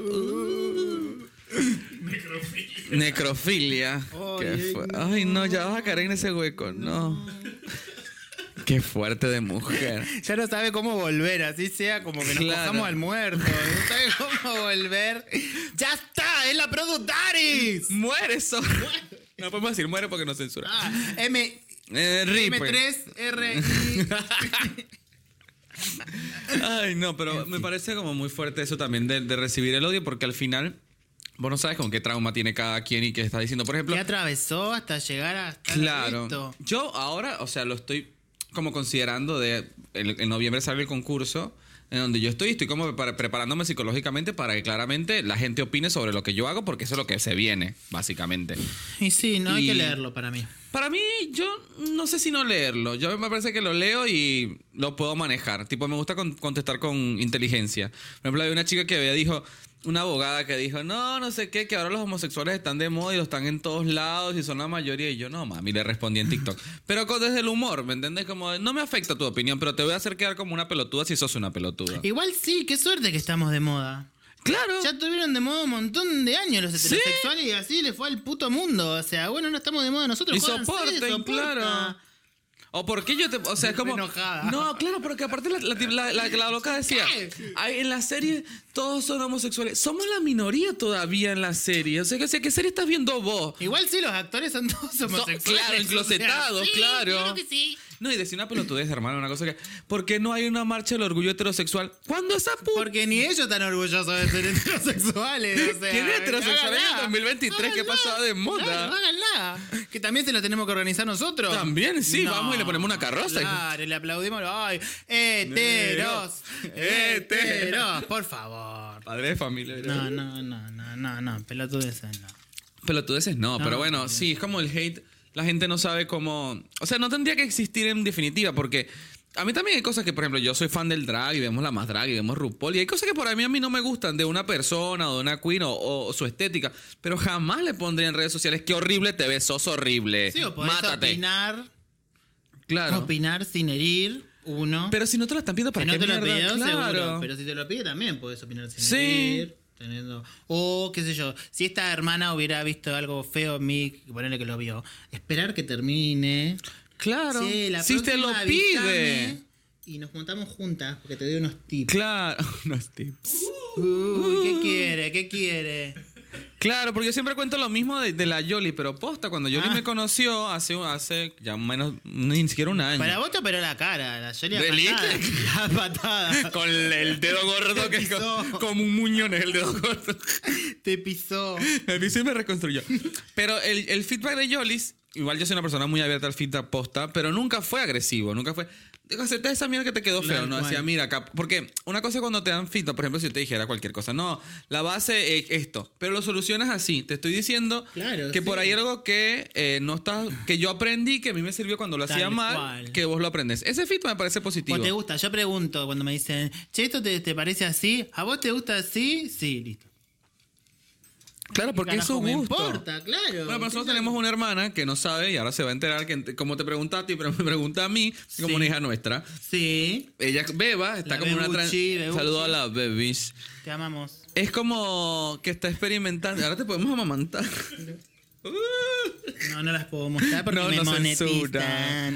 Speaker 4: Necrofilia.
Speaker 3: Necrofilia. Qué fu- Ay, no, ya vas a caer en ese hueco. No. Qué fuerte de mujer.
Speaker 2: Ya no sabe cómo volver, así sea como que nos
Speaker 3: Claro.
Speaker 2: cojamos al muerto. No sabe cómo volver. ¡Ya está! ¡Es la Productaris!
Speaker 3: Muere eso. No podemos decir muere porque nos censura.
Speaker 2: Ah, M.
Speaker 3: Eh, rip.
Speaker 2: M3RI.
Speaker 3: Ay, no, pero me parece como muy fuerte eso también de, de recibir el odio porque al final vos no sabes con qué trauma tiene cada quien y qué está diciendo. Por ejemplo,
Speaker 2: Que atravesó hasta llegar hasta
Speaker 3: Claro.
Speaker 2: esto.
Speaker 3: Yo ahora, o sea, lo estoy como considerando de. el- En noviembre sale el concurso en donde yo estoy, estoy como prepar- preparándome psicológicamente para que claramente la gente opine sobre lo que yo hago, porque eso es lo que se viene, básicamente.
Speaker 2: Y sí, no hay
Speaker 3: Y-
Speaker 2: que leerlo para mí.
Speaker 3: Para mí, yo no sé si no leerlo. Yo me parece que lo leo y lo puedo manejar. Tipo, me gusta con- contestar con inteligencia. Por ejemplo, hay una chica que había dijo, una abogada que dijo, no, no sé qué, que ahora los homosexuales están de moda y los están en todos lados y son la mayoría. Y yo, no, mami, le respondí en TikTok. Pero con, desde el humor, ¿me entiendes? Como, no me afecta tu opinión, pero te voy a hacer quedar como una pelotuda si sos una pelotuda.
Speaker 2: Igual sí, qué suerte que estamos de moda.
Speaker 3: claro.
Speaker 2: Ya tuvieron de moda un montón de años los heterosexuales y así le fue al puto mundo. O sea, bueno, no estamos de moda nosotros.
Speaker 3: Y
Speaker 2: jódanse,
Speaker 3: soporten,
Speaker 2: soporta.
Speaker 3: claro. O porque yo te. O sea, es como.
Speaker 2: Enojada.
Speaker 3: No, claro, porque aparte la, la, la- la- la loca decía. "Ay, en la serie todos son homosexuales. Somos la minoría todavía en la serie. O sea, que- o sea, ¿qué serie estás viendo vos?
Speaker 2: Igual sí, los actores son todos homosexuales.
Speaker 3: claro, enclosetados,
Speaker 2: O sea, sí,
Speaker 3: claro.
Speaker 2: claro que sí.
Speaker 3: No, y decía una pelotudez, hermano, una cosa que. ¿Por qué no hay una marcha del orgullo heterosexual? ¿Cuándo esa puta?
Speaker 2: Porque ni ellos están orgullosos de ser heterosexuales. O sea,
Speaker 3: ¿Quién es heterosexual en el
Speaker 2: háganla.
Speaker 3: 2023? ¿Qué
Speaker 2: Háganla.
Speaker 3: pasaba de moda?
Speaker 2: Claro, háganla. Que también se lo tenemos que organizar nosotros.
Speaker 3: También, sí, vamos y le ponemos una carroza.
Speaker 2: Claro, y le aplaudimos. ¡Ay! ¡Heteros!
Speaker 3: Eh,
Speaker 2: ¡Heteros! Por favor.
Speaker 3: Padre de familia.
Speaker 2: No, no, no, no, no, no. Pelotudeces, no.
Speaker 3: Pelotudeces no,
Speaker 2: No,
Speaker 3: pero bueno, sí, es como el hate. La gente no sabe cómo. O sea, no tendría que existir en definitiva, porque a mí también hay cosas que, por ejemplo, yo soy fan del drag y vemos la más drag y vemos RuPaul. Y hay cosas que por mí a mí no me gustan de una persona o de una queen o, o su estética, pero jamás le pondría en redes sociales. Qué horrible te ves, sos horrible.
Speaker 2: Sí, o podés
Speaker 3: Eh, Mátate.
Speaker 2: opinar,
Speaker 3: Claro.
Speaker 2: opinar sin herir, uno.
Speaker 3: Pero si no te lo están pidiendo, ¿para
Speaker 2: que no
Speaker 3: qué
Speaker 2: te lo
Speaker 3: mierda?
Speaker 2: pidió,
Speaker 3: Claro.
Speaker 2: seguro. Pero si te lo pide también podés opinar sin
Speaker 3: Sí.
Speaker 2: herir. Teniendo, o qué sé yo, si esta hermana hubiera visto algo feo en mí, ponerle que lo vio, esperar que termine.
Speaker 3: Claro.
Speaker 2: Sí, la
Speaker 3: si te lo
Speaker 2: próxima
Speaker 3: pide.
Speaker 2: avísame Y nos juntamos juntas porque te doy unos tips.
Speaker 3: Claro. Unos tips.
Speaker 2: Uy, ¿qué quiere? ¿Qué quiere?
Speaker 3: Claro, porque yo siempre cuento lo mismo de, de la Yoli, pero posta, cuando Yoli
Speaker 2: Ah.
Speaker 3: me conoció hace, hace ya menos, ni siquiera un año.
Speaker 2: Para vos te operó la cara, la Yoli a
Speaker 3: ¿Delito?
Speaker 2: patada. A patada.
Speaker 3: Con el, el dedo gordo que es co-
Speaker 2: Pisó.
Speaker 3: como, un muñón es el dedo gordo.
Speaker 2: Te pisó.
Speaker 3: A mí sí me reconstruyó. Pero el, el feedback de Yolis, igual yo soy una persona muy abierta al feedback posta, pero nunca fue agresivo, nunca fue. Digo, acepta esa mierda que te quedó feo,
Speaker 2: Claro,
Speaker 3: ¿no? Decía,
Speaker 2: cual.
Speaker 3: mira, acá. Porque una cosa es cuando te dan feedback, por ejemplo, si yo te dijera cualquier cosa, no, la base es esto, pero lo solucionas así. Te estoy diciendo
Speaker 2: Claro,
Speaker 3: que por
Speaker 2: sí.
Speaker 3: ahí hay algo que eh, no está, que yo aprendí, que a mí me sirvió cuando lo
Speaker 2: Tal
Speaker 3: hacía mal,
Speaker 2: cual.
Speaker 3: que vos lo aprendes. Ese feedback me parece positivo.
Speaker 2: ¿O te gusta? Yo pregunto cuando me dicen, che, ¿esto te, te parece así? ¿A vos te gusta así? Sí, listo.
Speaker 3: Claro, porque es
Speaker 2: Carajo,
Speaker 3: su
Speaker 2: me
Speaker 3: gusto.
Speaker 2: importa, claro.
Speaker 3: Bueno, pero nosotros tenemos una hermana que no sabe y ahora se va a enterar que, como te pregunta a ti, pero me pregunta a mí, como una hija nuestra.
Speaker 2: Sí,
Speaker 3: Ella es beba, está
Speaker 2: La
Speaker 3: como en una
Speaker 2: Bebuchi,
Speaker 3: transición.
Speaker 2: Bebuchi.
Speaker 3: Saludo a la bebis.
Speaker 2: te amamos.
Speaker 3: Es como que está experimentando. Ahora te podemos amamantar. Uh.
Speaker 2: No, no las puedo mostrar porque
Speaker 3: No,
Speaker 2: me
Speaker 3: no
Speaker 2: monetizan.
Speaker 3: censura.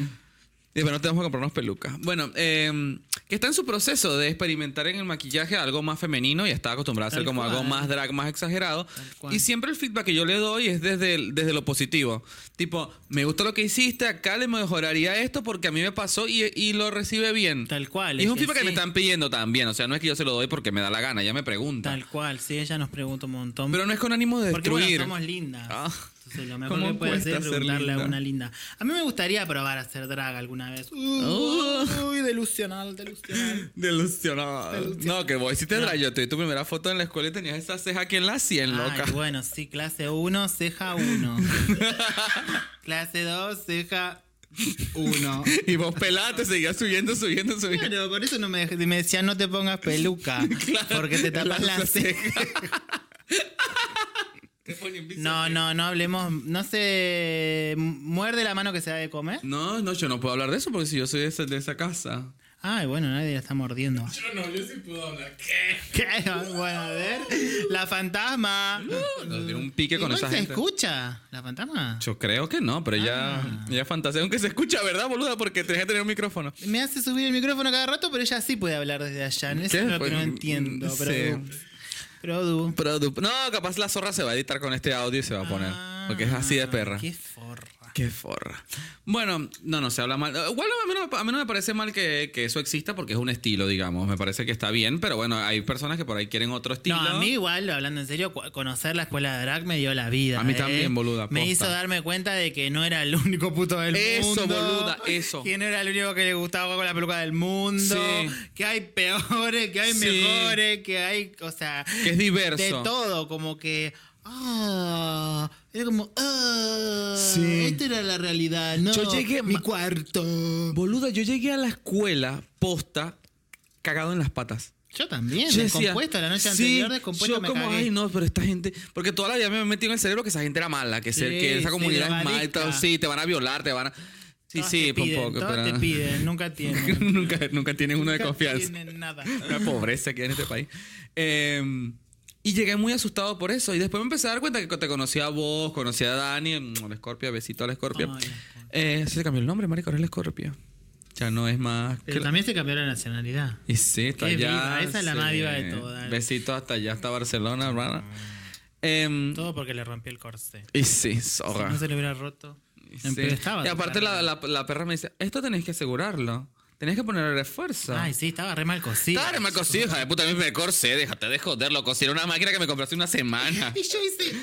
Speaker 3: Y bueno, tenemos que comprarnos pelucas. Bueno, eh, que está en su proceso de experimentar en el maquillaje algo más femenino y está acostumbrada a hacer
Speaker 2: Tal
Speaker 3: como algo
Speaker 2: cual.
Speaker 3: más drag, más exagerado.
Speaker 2: cual.
Speaker 3: Y siempre el feedback que yo le doy es desde, el- desde lo positivo. Tipo, me gusta lo que hiciste, acá le mejoraría esto porque a mí me pasó y, y lo recibe bien.
Speaker 2: Tal cual,
Speaker 3: Y es
Speaker 2: es
Speaker 3: un
Speaker 2: que
Speaker 3: feedback que me
Speaker 2: sí.
Speaker 3: están pidiendo también. O sea, no es que yo se lo doy porque me da la gana, ya me pregunta.
Speaker 2: Tal cual, sí, ella nos pregunta un montón.
Speaker 3: Pero no es con ánimo de
Speaker 2: porque
Speaker 3: destruir.
Speaker 2: bueno, somos lindas.
Speaker 3: Ah.
Speaker 2: Entonces, lo mejor
Speaker 3: ¿Cómo
Speaker 2: que puede hacer es
Speaker 3: cuesta ser
Speaker 2: preguntarle a
Speaker 3: linda?
Speaker 2: una linda. A mí me gustaría probar a hacer drag alguna vez. Uy,
Speaker 3: Oh.
Speaker 2: uy, delusional, delusional.
Speaker 3: Delusionado.
Speaker 2: Delusionado.
Speaker 3: No, que vos hiciste drag. Yo te vi tu primera foto en la escuela y tenías esa ceja aquí en la sien, loca.
Speaker 2: Ay, bueno, sí, clase 1, ceja 1. clase 2, ceja 1.
Speaker 3: Y vos pelate, seguías subiendo, subiendo, subiendo.
Speaker 2: Claro, por eso no me, dej- me decían no te pongas peluca. Porque te tapas la ceja. No, no, no hablemos. No se muerde la mano que se da de comer.
Speaker 3: No, no, yo no puedo hablar de eso porque si yo soy de, esa- de esa casa.
Speaker 2: Ay, bueno, nadie la está mordiendo.
Speaker 4: Yo no, yo sí puedo hablar. ¿Qué?
Speaker 2: ¿Qué? Bueno, a ver. La fantasma.
Speaker 3: Tiene un pique con
Speaker 2: Ah, Igual
Speaker 3: esa
Speaker 2: se
Speaker 3: gente.
Speaker 2: escucha? Ah. ¿La fantasma?
Speaker 3: Yo creo que no, pero ella, ella fantasea. Aunque se escucha, ¿verdad, boluda? Porque tenés que tener un micrófono.
Speaker 2: Me hace subir el micrófono cada rato, pero ella sí puede hablar desde allá. Eso
Speaker 3: ¿Qué?
Speaker 2: es lo que
Speaker 3: Pues,
Speaker 2: no entiendo.
Speaker 3: sí.
Speaker 2: Produ. Produ.
Speaker 3: Pero du- no, capaz la zorra se va a editar con este audio y se va a poner. Porque es así de perra.
Speaker 2: Ah, Qué forra.
Speaker 3: Qué forra. Bueno, no, no se habla mal. Eh, Igual a mí no, a mí no me parece mal que, que eso exista porque es un estilo, digamos. Me parece que está bien, pero bueno, hay personas que por ahí quieren otro estilo.
Speaker 2: No, a mí igual, hablando en serio, cu- conocer la escuela de drag me dio la vida.
Speaker 3: A mí
Speaker 2: ¿eh?
Speaker 3: también, boluda,
Speaker 2: Me
Speaker 3: posta.
Speaker 2: hizo darme cuenta de que no era el único puto del
Speaker 3: Eso,
Speaker 2: mundo.
Speaker 3: boluda, eso.
Speaker 2: Que no era el único que le gustaba jugar con la peluca del mundo.
Speaker 3: Sí.
Speaker 2: Que hay peores, que hay
Speaker 3: Sí.
Speaker 2: mejores, que hay, o sea,
Speaker 3: Que es diverso.
Speaker 2: de todo, como que... Ah, era como... Ah,
Speaker 3: Sí.
Speaker 2: Esta era la realidad, ¿no?
Speaker 3: Yo llegué
Speaker 2: Mi
Speaker 3: ma-
Speaker 2: cuarto.
Speaker 3: Boluda, yo llegué a la escuela posta cagado en las patas.
Speaker 2: Yo también,
Speaker 3: Yo decía,
Speaker 2: descompuesto, la noche
Speaker 3: sí,
Speaker 2: anterior descompuesto
Speaker 3: yo
Speaker 2: me
Speaker 3: como,
Speaker 2: cagué.
Speaker 3: ay, no, pero esta gente. Porque toda la vida me he metido en el cerebro que esa gente era mala, que, ser-
Speaker 2: Sí,
Speaker 3: que esa
Speaker 2: sí,
Speaker 3: comunidad es mala y
Speaker 2: drogadicta.
Speaker 3: tal. Sí, te van a violar, te van a. Sí,
Speaker 2: Todas
Speaker 3: sí,
Speaker 2: te piden,
Speaker 3: poco,
Speaker 2: todas
Speaker 3: pero-
Speaker 2: te piden, nunca tienen.
Speaker 3: nunca, nunca tienes uno de
Speaker 2: Nunca
Speaker 3: confianza.
Speaker 2: tienen nada.
Speaker 3: Una pobreza aquí en este país. Eh, y llegué muy asustado por eso. Y después me empecé a dar cuenta que te conocí a vos, conocí a Dani, mm, la Scorpia, besito a la Scorpia.
Speaker 2: Ay, la Scorpia.
Speaker 3: Eh, se cambió el nombre, marico, ahora es la Scorpia. Ya no es más... que
Speaker 2: Pero
Speaker 3: la-
Speaker 2: también se cambió la nacionalidad.
Speaker 3: Y sí, está
Speaker 2: Qué
Speaker 3: allá.
Speaker 2: viva, esa es la
Speaker 3: sí.
Speaker 2: más viva de todas. Ah.
Speaker 3: Besito hasta allá, hasta Barcelona, hermana. Em,
Speaker 2: Todo porque le rompió el corte.
Speaker 3: y sí,
Speaker 2: Si
Speaker 3: zorra.
Speaker 2: no se le hubiera roto.
Speaker 3: Sí.
Speaker 2: Pero estaba.
Speaker 3: y aparte la, la- la perra me dice, esto tenés que asegurarlo. Tenés que ponerle refuerzo.
Speaker 2: Ay, sí, estaba re mal cocido.
Speaker 3: Claro, me cosí, hija de puta, a mí me corsé, déjate de joder, loco. Si era una máquina que me compré hace una semana.
Speaker 2: Y yo hice.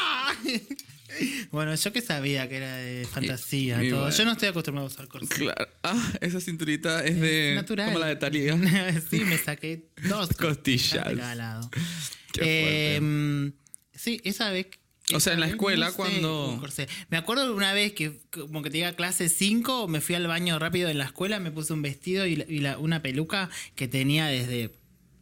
Speaker 2: ¡tra! bueno, yo que sabía que era de fantasía.
Speaker 3: Y- y
Speaker 2: todo.
Speaker 3: bueno.
Speaker 2: Yo no estoy acostumbrado a usar corset.
Speaker 3: Claro. Ah, esa cinturita es de.
Speaker 2: Natural.
Speaker 3: Como la de Talía.
Speaker 2: sí, me saqué dos
Speaker 3: Costillas.
Speaker 2: de cada lado.
Speaker 3: Qué
Speaker 2: Eh, mm, sí, esa vez.
Speaker 3: O sea, en
Speaker 2: esa
Speaker 3: la
Speaker 2: vez
Speaker 3: escuela,
Speaker 2: no sé,
Speaker 3: cuando-
Speaker 2: un corsé. Me acuerdo de una vez que, como que tenía clase 5, me fui al baño rápido en la escuela, me puse un vestido y, la- y la- una peluca que tenía desde.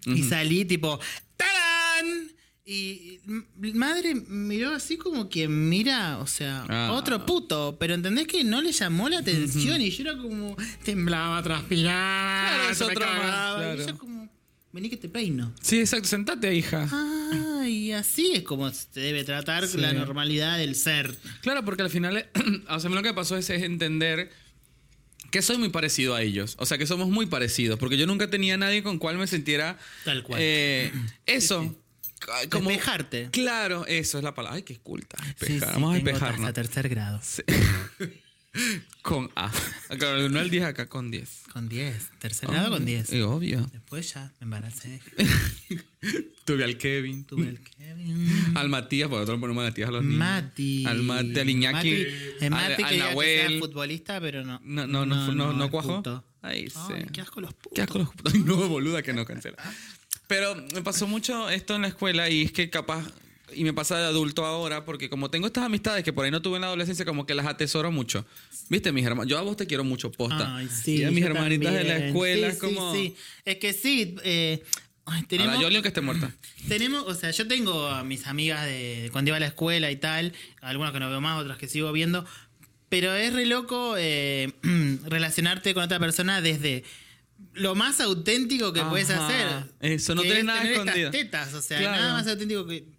Speaker 2: Y salí tipo. ¡Tarán! Y m- madre miró así como quien mira, o sea,
Speaker 3: Ah.
Speaker 2: otro puto, pero entendés que no le llamó la atención y yo era como temblaba, transpiraba,
Speaker 3: Claro, es
Speaker 2: se me
Speaker 3: otro más,
Speaker 2: cagaba, y
Speaker 3: claro.
Speaker 2: yo como, vení que te peino.
Speaker 3: Sí, exacto, sentate, hija.
Speaker 2: Ah, y así es como se debe tratar
Speaker 3: Sí.
Speaker 2: la normalidad del ser.
Speaker 3: Claro, porque al final, o sea, a mí lo que me pasó es, es entender que soy muy parecido a ellos. O sea, que somos muy parecidos. Porque yo nunca tenía nadie con cual me sintiera.
Speaker 2: Tal cual.
Speaker 3: eh, eso. Como,
Speaker 2: Despejarte.
Speaker 3: Claro, eso es la palabra. Ay, qué culta.
Speaker 2: Sí, sí,
Speaker 3: Despejar. Vamos a
Speaker 2: tengo
Speaker 3: despejarnos.
Speaker 2: hasta tercer grado,
Speaker 3: Sí. con A. Acá, del uno al 10 acá con 10.
Speaker 2: con 10, tercer grado con 10.
Speaker 3: Eh, obvio.
Speaker 2: Después ya me embaracé,
Speaker 3: Tuve al Kevin.
Speaker 2: tuve el Kevinn.
Speaker 3: Al Matías, porque nosotros ponemos Matías a los niños.
Speaker 2: Mati.
Speaker 3: Al Mati, al Iñaki.
Speaker 2: Mati, eh,
Speaker 3: al-
Speaker 2: Mati que
Speaker 3: al
Speaker 2: diga que sea
Speaker 3: Nahuel.
Speaker 2: futbolista, pero no.
Speaker 3: No, no, no, fu- no, no,
Speaker 2: es
Speaker 3: cuajó.
Speaker 2: puto.
Speaker 3: Ahí
Speaker 2: Ay,
Speaker 3: sí.
Speaker 2: qué asco los putos.
Speaker 3: Qué asco los putos. Ay, no, boluda, que no cancela. Pero me pasó mucho esto en la escuela y es que capaz. Y me pasa de adulto ahora porque como tengo estas amistades que por ahí no tuve en la adolescencia, como que las atesoro mucho. Viste, mis hermanos. Yo a vos te quiero mucho, posta.
Speaker 2: Ay, sí.
Speaker 3: y a mis
Speaker 2: yo
Speaker 3: hermanitas de la
Speaker 2: también.
Speaker 3: escuela
Speaker 2: Sí,
Speaker 3: es
Speaker 2: sí,
Speaker 3: como.
Speaker 2: sí. Es que sí. eh, ay,
Speaker 3: A
Speaker 2: tenemos,
Speaker 3: la Yoli, aunque esté muerta.
Speaker 2: tenemos, o sea, yo tengo a mis amigas de, de cuando iba a la escuela y tal, algunas que no veo más, otras que sigo viendo, pero es re loco eh, relacionarte con otra persona desde lo más auténtico que puedes
Speaker 3: Ajá.
Speaker 2: hacer.
Speaker 3: Eso, no
Speaker 2: que
Speaker 3: tenés
Speaker 2: es
Speaker 3: nada
Speaker 2: tener estas
Speaker 3: escondido.
Speaker 2: tetas, o sea,
Speaker 3: Claro.
Speaker 2: nada más auténtico que...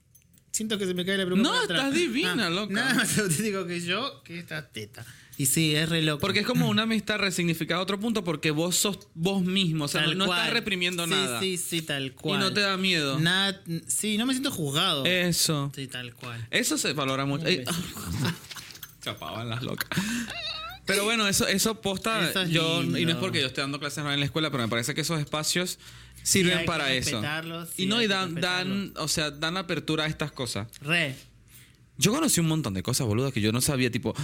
Speaker 2: Siento que se me cae la pregunta.
Speaker 3: No, estás divina, loca.
Speaker 2: Ah, Nada más auténtico que yo, que estas tetas. Y sí, es re loco.
Speaker 3: Porque es como una amistad resignificada a otro punto porque vos sos vos mismo. O sea,
Speaker 2: Tal
Speaker 3: no, no
Speaker 2: cual.
Speaker 3: estás reprimiendo
Speaker 2: Sí,
Speaker 3: nada.
Speaker 2: Sí, sí, tal
Speaker 3: y
Speaker 2: cual.
Speaker 3: no te da miedo. Eh.
Speaker 2: Nada, sí, no me siento juzgado.
Speaker 3: Eso.
Speaker 2: Sí, tal cual.
Speaker 3: Eso se valora mucho.
Speaker 2: Un
Speaker 3: Eh, Chapaban las locas. Pero bueno, eso, eso posta.
Speaker 2: Eso es
Speaker 3: yo, y no es
Speaker 2: lindo.
Speaker 3: porque yo esté dando clases en la escuela, pero me parece que esos espacios sirven
Speaker 2: hay que
Speaker 3: para eso.
Speaker 2: respetarlos, sí,
Speaker 3: y no,
Speaker 2: hay
Speaker 3: y
Speaker 2: que
Speaker 3: dan, dan, o sea, dan apertura a estas cosas.
Speaker 2: Re.
Speaker 3: Yo conocí un montón de cosas, boludas, que yo no sabía, tipo.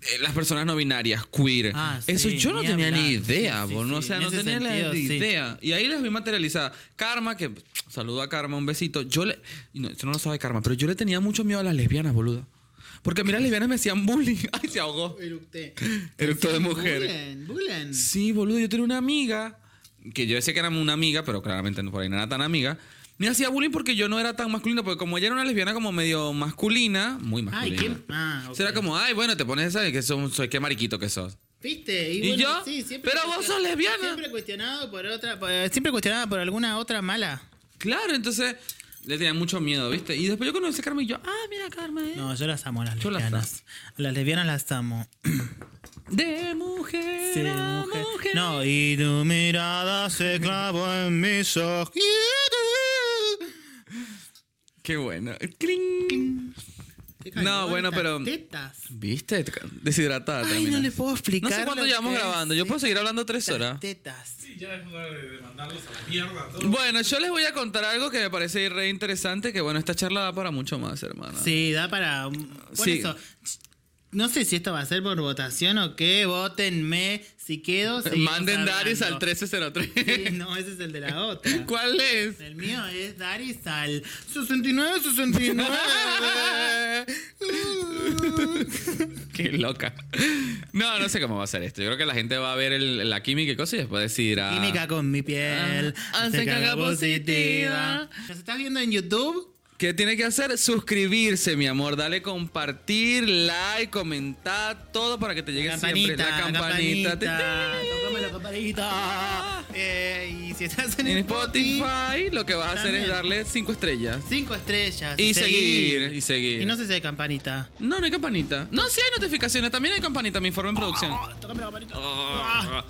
Speaker 3: eh, Las personas no binarias, queer.
Speaker 2: Ah,
Speaker 3: Eso
Speaker 2: sí,
Speaker 3: yo no
Speaker 2: ni
Speaker 3: tenía ni
Speaker 2: hablar.
Speaker 3: idea,
Speaker 2: Sí, sí,
Speaker 3: boludo.
Speaker 2: sí,
Speaker 3: O sea,
Speaker 2: en
Speaker 3: no
Speaker 2: ese
Speaker 3: tenía
Speaker 2: sentido,
Speaker 3: la
Speaker 2: sí.
Speaker 3: idea. Y ahí las vi materializadas. Karma, que. Saludo a Karma, un besito. Yo le. y No, esto no lo sabe Karma, pero yo le tenía mucho miedo a las lesbianas, boludo. Porque a mí las lesbianas me hacían bullying. Ay, se ahogó.
Speaker 2: Eructé.
Speaker 3: Eructo de mujer.
Speaker 2: Bulen, bulen.
Speaker 3: Sí, boludo, yo tenía una amiga, que yo decía que era una amiga, pero claramente no por ahí no era tan amiga. Me hacía bullying porque yo no era tan masculino, porque como ella era una lesbiana como medio masculina, muy
Speaker 2: Ay,
Speaker 3: masculina.
Speaker 2: ¿quién? Ah, ok.
Speaker 3: Será como, ay, bueno, te pones esa y que son, soy qué mariquito que sos.
Speaker 2: ¿Viste?
Speaker 3: ¿Y yo? Pero vos sos lesbiana.
Speaker 2: Siempre cuestionado por otra. por- siempre cuestionada por alguna otra mala.
Speaker 3: Claro, entonces le tenía mucho miedo, ¿viste? Y después yo conocí a Carmen y yo, ah, mira Carmen. eh,
Speaker 2: No, yo las amo, a las
Speaker 3: Yo las
Speaker 2: lesbianas. A las lesbianas las amo.
Speaker 3: De mujer.
Speaker 2: Sí, de
Speaker 3: a
Speaker 2: mujer.
Speaker 3: mujer.
Speaker 2: No, y tu mirada se clavó en mis ojos.
Speaker 3: Qué bueno. Cling.
Speaker 2: Qué calor,
Speaker 3: bueno,
Speaker 2: estas
Speaker 3: pero-
Speaker 2: Tetas.
Speaker 3: ¿Viste? Deshidratada.
Speaker 2: Ay,
Speaker 3: termina.
Speaker 2: no les puedo explicar.
Speaker 3: No sé cuánto
Speaker 2: lo
Speaker 3: llevamos
Speaker 2: que es
Speaker 3: grabando. Yo puedo seguir hablando tres
Speaker 2: estas
Speaker 3: horas.
Speaker 2: Tetas.
Speaker 4: Sí, ya es hora de de mandarlos a la mierda a todos.
Speaker 3: Bueno, yo les voy a contar algo que me parece re interesante, que bueno, esta charla da para mucho más, hermana.
Speaker 2: Sí, da para. Por
Speaker 3: Ah. Sí.
Speaker 2: eso. No sé si esto va a ser por votación o qué. Vótenme. Si quedo. seguimos
Speaker 3: Manden Darius al
Speaker 2: hablando.
Speaker 3: 1303.
Speaker 2: Sí, no, ese es el de la otra.
Speaker 3: ¿Cuál es?
Speaker 2: El mío es Daris al 6969.
Speaker 3: Qué loca. No, no sé cómo va a ser esto. Yo creo que la gente va a ver el- la química y cosas y después decidirá.
Speaker 2: Química con mi piel.
Speaker 3: Ah,
Speaker 2: se
Speaker 3: se
Speaker 2: carga
Speaker 3: carga
Speaker 2: positiva.
Speaker 3: positiva.
Speaker 2: ¿Nos estás viendo en YouTube?
Speaker 3: ¿Qué tiene que hacer? Suscribirse, mi amor. Dale compartir, like, comentar, todo para que te llegue siempre
Speaker 2: Campanita,
Speaker 3: la campanita.
Speaker 2: campanita. Tocame la campanita. Eh, y si estás en,
Speaker 3: En Spotify lo que vas a hacer
Speaker 2: También.
Speaker 3: es darle cinco estrellas.
Speaker 2: Cinco estrellas.
Speaker 3: Y seguir, y seguir.
Speaker 2: Y no sé si hay campanita.
Speaker 3: No, no hay campanita. No, sí hay notificaciones. También hay campanita, me informa en producción.
Speaker 2: Oh, Tócame la campanita.
Speaker 3: Ah.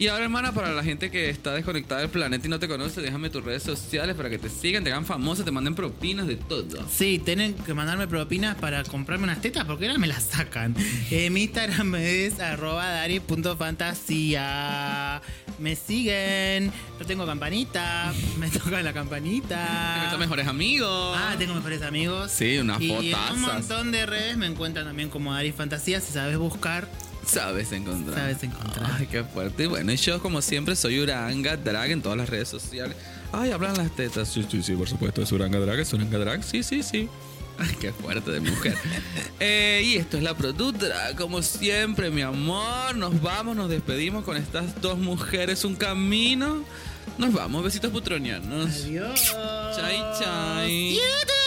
Speaker 3: Y ahora, hermana, para la gente que está desconectada del planeta y no te conoce, déjame tus redes sociales para que te sigan, te hagan famosa, te manden propinas de todo.
Speaker 2: Sí, tienen que mandarme propinas para comprarme unas tetas porque ahora me las sacan. Eh, mi Instagram es arroba dari.fantasía. Me siguen. No tengo campanita. Me toca la
Speaker 3: Tengo
Speaker 2: campanita.
Speaker 3: estos mejores amigos.
Speaker 2: Ah, tengo mejores amigos.
Speaker 3: Sí, unas
Speaker 2: y
Speaker 3: fotazas.
Speaker 2: en un montón de redes me encuentran también como Dari Fantasía. Si sabes buscar,
Speaker 3: Sabes encontrar.
Speaker 2: Sabes encontrar.
Speaker 3: Ay, qué fuerte. Y bueno, y yo, como siempre, soy Uranga Drag en todas las redes sociales. Ay, hablan las tetas. Sí, sí, sí, por supuesto. Es Uranga Drag, es Uranga Drag. Sí, sí, sí. Ay, qué fuerte de mujer. Eh, y esto es la productora. Como siempre, mi amor, nos vamos, nos despedimos con estas dos mujeres. Un camino. Nos vamos. Besitos putronianos.
Speaker 2: adiós.
Speaker 3: Chai, chai.
Speaker 2: YouTube.